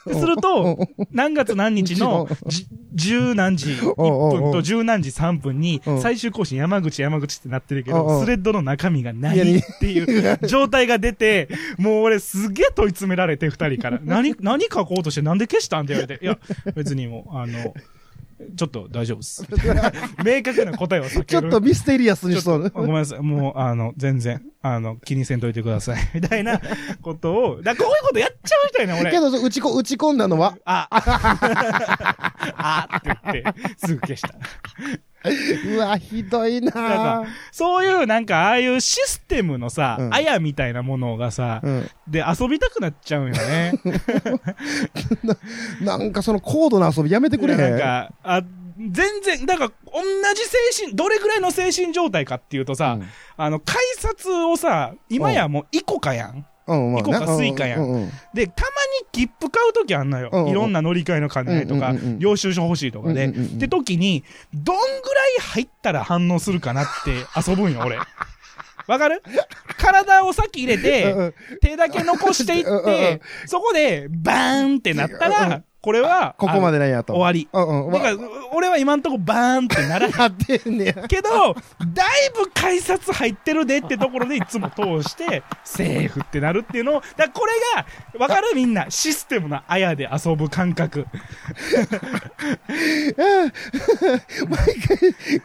Speaker 2: ですると、何月何日 のじ十何時1
Speaker 3: おうおうお
Speaker 2: 分
Speaker 3: う
Speaker 2: と十何時3分に
Speaker 3: う、ん
Speaker 2: 最終更新山口山口ってなってるけ
Speaker 3: おうお
Speaker 2: ど、
Speaker 3: う
Speaker 2: スレッドの中身がない
Speaker 3: やい
Speaker 2: い
Speaker 3: や
Speaker 2: っていう状態が出て、もう俺すげえ問い詰められて二人 から、何、何書こうとしてなんで消したんって言われて、いや、別にもう、あの、ちょっと大丈夫っす。みたいな明確な答えを避ける。
Speaker 3: ちょっとミステリアスにし
Speaker 2: ちょ
Speaker 3: そ
Speaker 2: っと
Speaker 3: う。
Speaker 2: ごめんなさい。もう、あの、全然、あの、気にせんといてください。 みたいなことを、だからこういうことやっちゃう人やねん、
Speaker 3: け
Speaker 2: 俺。
Speaker 3: ど、打ちこ打ち込んだのは、
Speaker 2: あ、あって言って、すぐ消 した。
Speaker 3: うわ、ひどいな
Speaker 2: なん
Speaker 3: ぁ
Speaker 2: か。そういう、なんか、ああいうシステムのさ、
Speaker 3: うん
Speaker 2: あやみたいなものがさ、
Speaker 3: うん
Speaker 2: で、遊びたくなっちゃうんよ ね。
Speaker 3: なんかその高度な遊びやめてくれへん。
Speaker 2: なんか、あ、全然、だから、同じ精神、どれぐらいの精神状態かっていうとさ、
Speaker 3: うん
Speaker 2: あの、改札をさ、今やもう、イコカやん。
Speaker 3: うん、まあ
Speaker 2: イコ
Speaker 3: な
Speaker 2: かスイカやん
Speaker 3: ううん
Speaker 2: で、たまに切符買うときあんのよ
Speaker 3: うんう。ん
Speaker 2: いろんな乗り換えの兼ね合いとか
Speaker 3: うんうんうんう、ん
Speaker 2: 領収書欲しいとかで。
Speaker 3: うんうんうんうん
Speaker 2: って時に、どんぐらい入ったら反応するかなって遊ぶんよ、 俺。わかる体を先入れ
Speaker 3: うんう
Speaker 2: て
Speaker 3: ん、
Speaker 2: 手だけ残していっ
Speaker 3: うんうんうん
Speaker 2: て、そこで、バーンってなったら、これは、
Speaker 3: ここまで
Speaker 2: あ
Speaker 3: なんやと。
Speaker 2: 終わり。
Speaker 3: うんうん。
Speaker 2: だから、俺は今んとこバーンってならない。
Speaker 3: やってんねや。
Speaker 2: けど、だいぶ改札入ってるでってところでいつも通して、セーフってなるっていうのを、だからこれが、わかるみんな、システムのあやで遊ぶ感覚。
Speaker 3: こ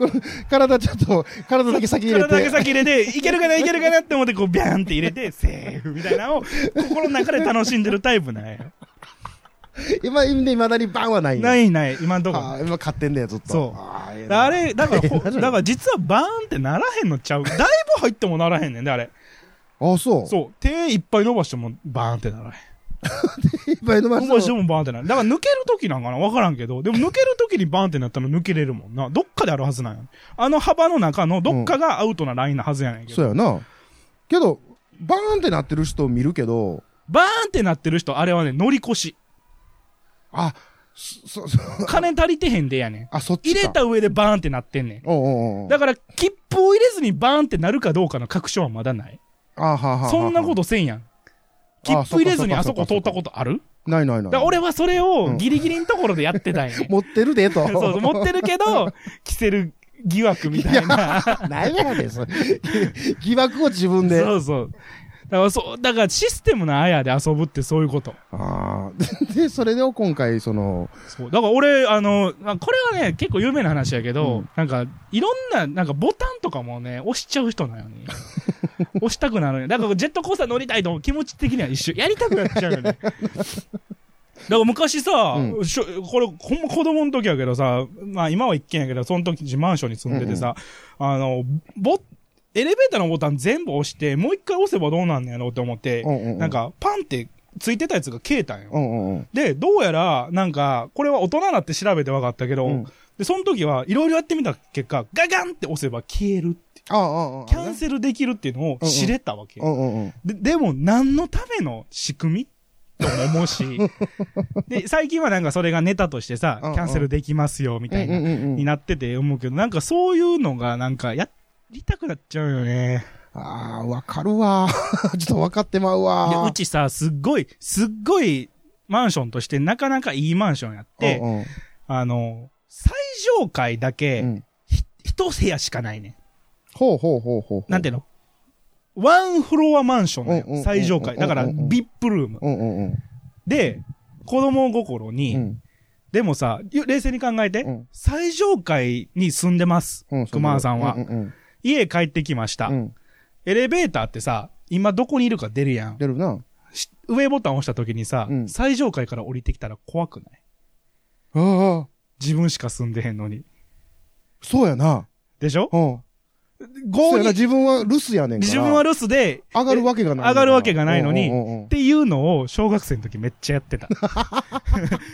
Speaker 3: の体ちょっと、体だけ先入れ
Speaker 2: 体だけ
Speaker 3: て。
Speaker 2: 先入れて、いけるかな、いけるかなって思って、こう、ビャーンって入れて、セーフみたいなのを、心の中で楽しんでるタイプなんや。
Speaker 3: 今、今、未だにバンはないんや。
Speaker 2: ないない、今んとこ。
Speaker 3: あー今買ってんねや、ずっと。
Speaker 2: そう
Speaker 3: あーええな
Speaker 2: あれ、だからほ、
Speaker 3: ええな
Speaker 2: だから実はバーンってならへんのちゃう。だいぶ入ってもならへんねんで、あれ。
Speaker 3: あ、そう。
Speaker 2: そう。手いっぱい伸ばしてもバーンってならへん。
Speaker 3: いっぱい飲ま
Speaker 2: 伸ばし
Speaker 3: してた。
Speaker 2: もバーンってなる。だから抜けるときなんかなわからんけど、でも抜けるときにバーンってなったら抜けれるもんな。どっかであるはずなんや。あの幅の中のどっかがアウトなラインなはずやねんけど。
Speaker 3: そうやな。けど、バーンってなってる人見るけど、
Speaker 2: バーンってなってる人、あれはね、乗り越し。
Speaker 3: あ、そ、そ、そ
Speaker 2: 金足りてへんでやねん。
Speaker 3: あ、そっち
Speaker 2: 入
Speaker 3: か。
Speaker 2: れた上でバーンってなってんねん。
Speaker 3: おうおうおう
Speaker 2: だから、切符を入れずにバーンってなるかどうかの確証はまだない。
Speaker 3: あはあはあはあ
Speaker 2: そんなことせんやん。切符入れずにあそこ通ったことある
Speaker 3: ないないな
Speaker 2: だ
Speaker 3: い。
Speaker 2: から俺はそれをギリギリのところでやってたんや ねん。
Speaker 3: 持ってるでと。
Speaker 2: そうそう、持ってるけど、着せる疑惑みたいな。
Speaker 3: 何やねん、それ。疑惑を自分で。
Speaker 2: そうそう。だからそう、だからシステムのあやで遊ぶってそういうこと。
Speaker 3: ああ。 で、それを今回、その、
Speaker 2: そう。だから俺、あの、まあこれはね、結構有名な話やけど、なんか、いろんな、なんかボタンとかもね、押しちゃう人なのに。押したくなるよね。だからジェットコースター乗りたいと気持ち的には一緒。やりたくなっちゃうよね。だから昔さ、
Speaker 3: う
Speaker 2: しょこれ、ほんま子供の時やけどさ、まあ今は一軒やけど、その時マンションに住んでてさ、あの、ボ、エレベーターのボタン全部押して、もう一回押せばどうなんのやろうって思って、
Speaker 3: うんうんうん
Speaker 2: なんか、パンってついてたやつが消えたんよ。
Speaker 3: うんうんうん。
Speaker 2: で、どうやら、なんか、これは大人になって調べて分かったけど、
Speaker 3: うん
Speaker 2: で、その時はいろいろやってみた結果、ガガンって押せば消えるって、
Speaker 3: ああ、ああ。
Speaker 2: キャンセルできるっていうのを知れたわけ。
Speaker 3: うんうんうん。
Speaker 2: で、でも、何のための仕組みとも思う し、で、最近はなんかそれがネタとしてさ、キ
Speaker 3: うんうん
Speaker 2: ャンセルできますよ、みたいな、
Speaker 3: うんうんうんうん
Speaker 2: になってて思うけど、なんかそういうのが、なんか、やりたくなっちゃうよね。
Speaker 3: ああ、わかるわ。 ちょっとわかってまう
Speaker 2: で
Speaker 3: わ。
Speaker 2: うちさ、すっごい、すっごい、マンションとしてなかなかいいマンションやって、
Speaker 3: うんうん
Speaker 2: あの、最上階だ
Speaker 3: う
Speaker 2: け、
Speaker 3: ん
Speaker 2: ひ一部屋しかないね
Speaker 3: ほうほうほうほう。
Speaker 2: ん。なんていうのワンフロアマンションな
Speaker 3: うんうんうんう
Speaker 2: のよ。
Speaker 3: ん
Speaker 2: 最上階。だから、
Speaker 3: うんうんうん
Speaker 2: VIP ルーム。
Speaker 3: うんうんうん。
Speaker 2: で、子供心
Speaker 3: う
Speaker 2: に、
Speaker 3: ん。
Speaker 2: でもさ、ゆ冷静に考えて
Speaker 3: うん、
Speaker 2: 最上階に住んでます
Speaker 3: うん。
Speaker 2: 熊さんは
Speaker 3: う。うん
Speaker 2: 家帰ってきました
Speaker 3: う。ん。
Speaker 2: エレベーターってさ、今どこにいるか出るやん。
Speaker 3: 出るな。
Speaker 2: し上ボタン押した時にさ
Speaker 3: う、ん
Speaker 2: 最上階から降りてきたら怖くない
Speaker 3: ああ、
Speaker 2: 自分しか住んでへんのに。
Speaker 3: そうやな。
Speaker 2: でしょ
Speaker 3: うん。そう
Speaker 2: 強
Speaker 3: やな
Speaker 2: に、
Speaker 3: 自分は留守やねんから。
Speaker 2: 自分は留守で、
Speaker 3: 上がるわけがない。
Speaker 2: 上がるわけがないのに
Speaker 3: うんうんうんうん
Speaker 2: っていうのを小学生の時めっちゃやって た。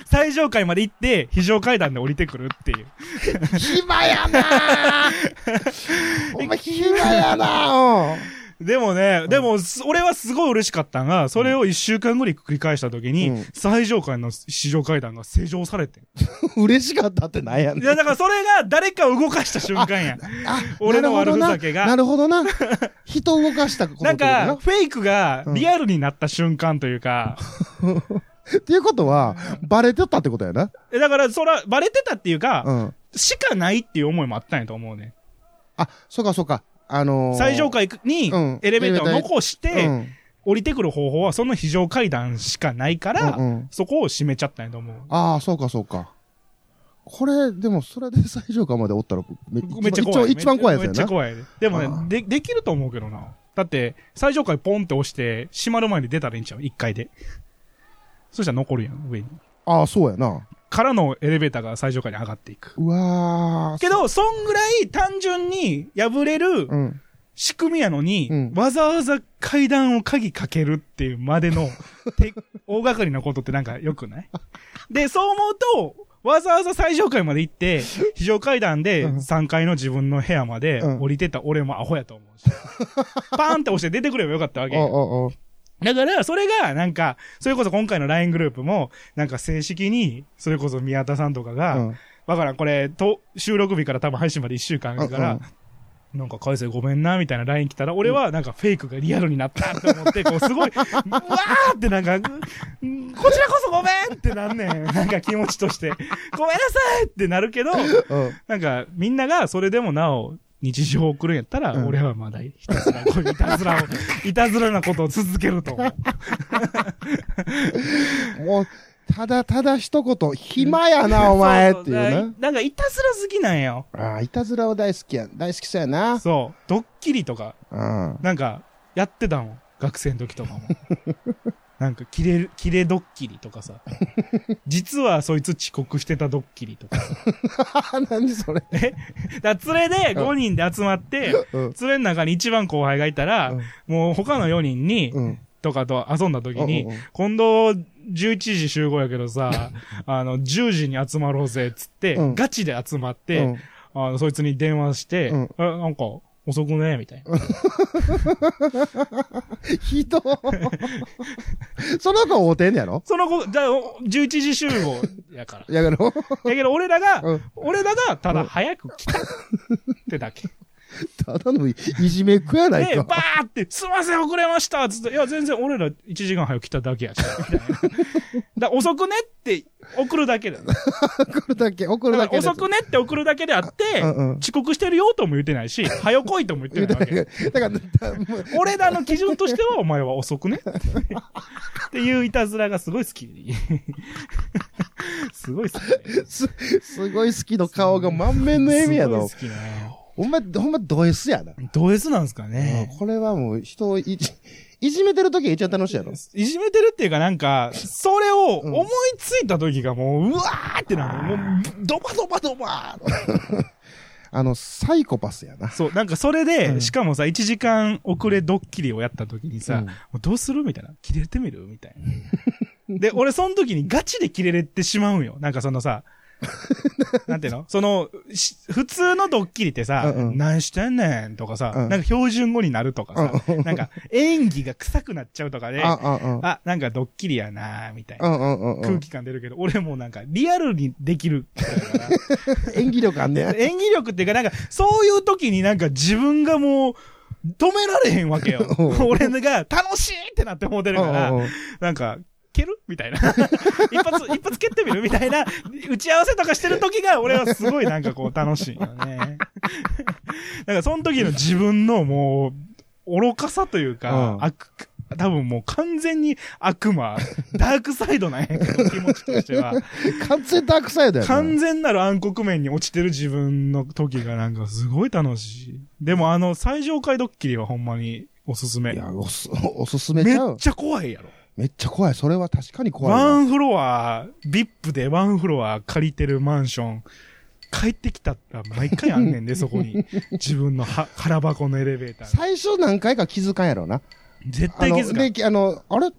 Speaker 2: 最上階まで行って、非常階段で降りてくるっていう。
Speaker 3: 暇やなぁ お前暇やなぁ
Speaker 2: でもね、でも、す俺はすごい嬉しかったんが、それを一週間ぐらい繰り返した時に、
Speaker 3: うん
Speaker 2: 最上階の市場階段が施錠され てん。
Speaker 3: うん嬉しかったってなんやね
Speaker 2: い
Speaker 3: ん。
Speaker 2: や、だからそれが誰かを動かした瞬間や。
Speaker 3: あ
Speaker 2: 俺の悪ふざけが
Speaker 3: なるほどな。なるほど な人を動かしたこと
Speaker 2: な
Speaker 3: っ
Speaker 2: ん
Speaker 3: てことや
Speaker 2: か、フェイクがリアルになった瞬間という か、
Speaker 3: っていうことは、バレてたってことやな。
Speaker 2: えだから、そら、バレてたっていうか、
Speaker 3: うん。
Speaker 2: しかないっていう思いもあったんやと思うね。
Speaker 3: あ、そうかそうか。あのー、
Speaker 2: 最上階に
Speaker 3: うん
Speaker 2: エレベーターを残し
Speaker 3: う
Speaker 2: て、
Speaker 3: ん
Speaker 2: 降りてくる方法はその非常階段しかないから、
Speaker 3: うんうん
Speaker 2: そこを閉めちゃったんやと思う。
Speaker 3: ああ、そうかそうか。これ、でも、それで最上階までおったら、め
Speaker 2: めっちゃ怖い。
Speaker 3: 一番一番怖いやつ
Speaker 2: めっち
Speaker 3: や
Speaker 2: ゃ
Speaker 3: な。
Speaker 2: 怖い。でも
Speaker 3: あ
Speaker 2: ね、で、できると思うけどな。だって、最上階ポンって押して、閉まる前に出たらいいんちゃう一階で。そしたら残るやん、上に。
Speaker 3: ああ、そうやな。
Speaker 2: からのエレベーターが最上階に上がっていく。
Speaker 3: うわー。
Speaker 2: けど、そんぐらい単純に破れる
Speaker 3: うん。
Speaker 2: 仕組みやのに、
Speaker 3: うん
Speaker 2: わざわざ階段を鍵かけるっていうまで の、て大掛かりなことってなんか良くないで、そう思うと、わざわざ最上階まで行 って、非常階段で
Speaker 3: うん
Speaker 2: 3階の自分の部屋まで
Speaker 3: うん
Speaker 2: 降りてた俺もアホやと思 うし。パーンって押して出てくればよかったわけ
Speaker 3: お。おお
Speaker 2: だから、それが、なんか、それこそ今回の LINE グループも、なんか正式に、それこそ宮田さんとかが、
Speaker 3: うん。
Speaker 2: わからん、これ、と、収録日から多分配信まで1週間あるか
Speaker 3: う
Speaker 2: ら
Speaker 3: ん、
Speaker 2: なんか、海星ごめんな、みたいな LINE 来たら、俺はなんかフェイクがリアルになったって思って、こう、す ごい、うわーってなんか、うんこちらこそごめんってなんねん。 なんか気持ちとして、ごめんなさいってなるけど、
Speaker 3: うん。
Speaker 2: なんか、みんながそれでもなお、日常を送るんやったら、
Speaker 3: うん
Speaker 2: 俺はまだひたすら、こういういたずらを、 いたずらなことを続けると思う。
Speaker 3: もう、ただただ一言、暇 やな、お前っていう
Speaker 2: そ
Speaker 3: な
Speaker 2: そ。なんか、いたずら好きなんよ。
Speaker 3: ああ、いたずらは大好きや、大好きそうやな。
Speaker 2: そう。ドッキリとか、
Speaker 3: うん。
Speaker 2: なんか、やってたもん。学生の時と かも。なんか、キレ、キレドッキリとかさ。実はそいつ遅刻してたドッキリとかさ。
Speaker 3: 何それ。
Speaker 2: だから連れで5人で集まって、
Speaker 3: うん。
Speaker 2: 連れの中に一番後輩がいたら、
Speaker 3: うん
Speaker 2: もう他の4人に、
Speaker 3: うん。
Speaker 2: とかと遊んだ時に、
Speaker 3: うんうんうん
Speaker 2: 今度11時集合やけどさ、あの、10時に集まろうぜ、っつって、
Speaker 3: うん
Speaker 2: ガチで集まって、
Speaker 3: うん
Speaker 2: あの、そいつに電話して、
Speaker 3: うん
Speaker 2: え、なんか、遅くねみたいな。
Speaker 3: ひど その子会うてんねやろ
Speaker 2: その後、じゃあ、お11時集合やから。
Speaker 3: やけど、
Speaker 2: だけど俺らが、
Speaker 3: うん
Speaker 2: 俺らがただ早く来たってだ け。
Speaker 3: ただのいじめっ子やな
Speaker 2: で、
Speaker 3: い
Speaker 2: バ
Speaker 3: か。
Speaker 2: ーって、すいません遅れましたっつって、いや全然俺ら1時間早く来ただけやし。 みたいなだから遅くねって送るだけ だ。だか
Speaker 3: 送るだけ、送るだ
Speaker 2: ら
Speaker 3: けです。
Speaker 2: 遅くねって送るだけであって、
Speaker 3: うんうん
Speaker 2: 遅刻してるよとも言ってないし、早来いとも言ってないわけ。
Speaker 3: だから、だもう
Speaker 2: 俺らの基準として はお前は遅くねっていういたずらがすごい好き。 すごい 好きね。
Speaker 3: す、すごい好きの顔が満面の笑みやの
Speaker 2: す。ごい好きね。
Speaker 3: ほんま、ほんまド S やな。
Speaker 2: ド S なんですかね。
Speaker 3: これはもう人をいじ、いじめてる時が一番楽しいやろ。
Speaker 2: いじめてるっていうかなん か、それを思いついた時がもう、うわーってなる。もう、ドバドバドバー
Speaker 3: あの、サイコパスやな。
Speaker 2: そう、なんかそれで、しかもさ、1時間遅れドッキリをやった時にさ、
Speaker 3: うん
Speaker 2: もうどうするみたいな。切れてみるみたい な。で、俺その時にガチで切れれてしまうんよ。なんかその さ、なんていうのその、し普通のドッキリってさ、
Speaker 3: うんうん
Speaker 2: 何してんねんとかさ、
Speaker 3: うん
Speaker 2: なんか標準語になるとかさ、なんか演技が臭くなっちゃうとかで、
Speaker 3: あ、あ、うん。
Speaker 2: あ、なんかドッキリやなーみたいな
Speaker 3: う。んうんうんう
Speaker 2: 空
Speaker 3: ん。
Speaker 2: 気感出るけど、俺もうなんか、リアルにできる人やから。
Speaker 3: 演技力あんねや。
Speaker 2: 演技力っていうか、なんか、そういう時になんか自分がもう、止められへんわけよ
Speaker 3: おう。
Speaker 2: 俺が楽しいってなって思ってるか
Speaker 3: うん
Speaker 2: ら
Speaker 3: うんうん、
Speaker 2: なんか、蹴るみたいな。 一発、一発蹴ってみるみたいな、打ち合わせとかしてる時が、俺はすごいなんかこう楽しいよね。なんかその時の自分のもう、愚かさというか、
Speaker 3: うん
Speaker 2: 悪、多分もう完全に悪魔、ダークサイドなんやけど、気持ちとしては。
Speaker 3: 完全ダークサイドやな。
Speaker 2: 完全なる暗黒面に落ちてる自分の時がなんかすごい楽しい。でもあの最上階ドッキリはほんまにおすすめ
Speaker 3: い。や、おす、おすすめ
Speaker 2: め
Speaker 3: ち
Speaker 2: っ
Speaker 3: ゃう。
Speaker 2: ちゃ怖いやろ。
Speaker 3: めっちゃ怖い。それは確かに怖い
Speaker 2: ワ
Speaker 3: な。
Speaker 2: ンフロア、VIP でワンフロア借りてるマンション、帰ってきたら毎回あん ねんで、そこに。自分のは空箱のエレベーターが。
Speaker 3: 最初何回か気づかんやろうな。
Speaker 2: 絶
Speaker 3: あ
Speaker 2: 対
Speaker 3: の、
Speaker 2: 気づかん。
Speaker 3: で、きあの、あれっ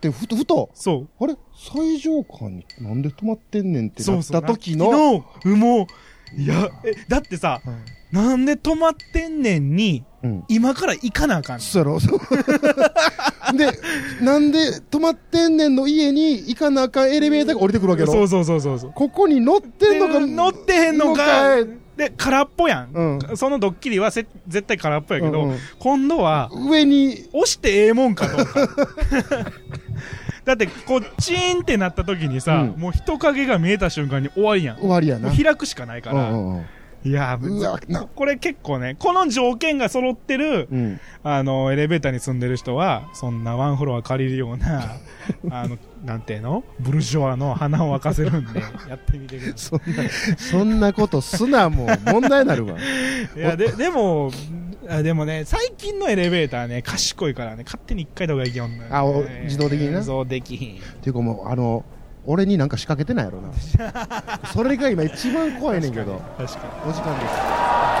Speaker 3: てふと、ふと、
Speaker 2: そう。
Speaker 3: あれ最上階になんで止まってんねんって
Speaker 2: そ
Speaker 3: な
Speaker 2: う
Speaker 3: っ
Speaker 2: そう。
Speaker 3: た時
Speaker 2: な
Speaker 3: の、
Speaker 2: 昨日もう、いや、え、だってさ、なんで止まってんねんに、
Speaker 3: うん。
Speaker 2: 今から行かなあかんねん。
Speaker 3: そうやろそうで、なんで止まってんねんの家に行かなあかんエレベーターが降りてくるわけや
Speaker 2: そ
Speaker 3: ろ
Speaker 2: うそうそうそうそう。
Speaker 3: ここに乗ってんのか
Speaker 2: 乗ってへんのか
Speaker 3: の
Speaker 2: で、空っぽやん。
Speaker 3: う
Speaker 2: そのドッキリはせ絶対空っぽやけど、
Speaker 3: うんうん
Speaker 2: 今度は、
Speaker 3: 上に、
Speaker 2: 押してええもんかどうか。 だって、こう、チーンってなった時にさ、
Speaker 3: うん
Speaker 2: もう人影が見えた瞬間に終わりやん。
Speaker 3: 終わりやな。
Speaker 2: もう開くしかないから。
Speaker 3: うんうんうん
Speaker 2: いやー
Speaker 3: うわな
Speaker 2: これ結構ね、この条件が揃ってる、
Speaker 3: うん。
Speaker 2: あの、エレベーターに住んでる人は、そんなワンフロア借りるような、あの、なんていうのブルジョアの花を沸かせるんで、やってみてくださ
Speaker 3: そんな、そんなことすな、もう問題になるわ。
Speaker 2: い。いや、で、でも、あでもね、最近のエレベーターね、賢いからね、勝手に一回とかいけよんのよね
Speaker 3: あお自動的にな
Speaker 2: 自動的に。
Speaker 3: ていうかもうあの俺になんか 仕掛けてないやろなそれが今一番怖いねんけど
Speaker 2: 確かに。
Speaker 3: お時間です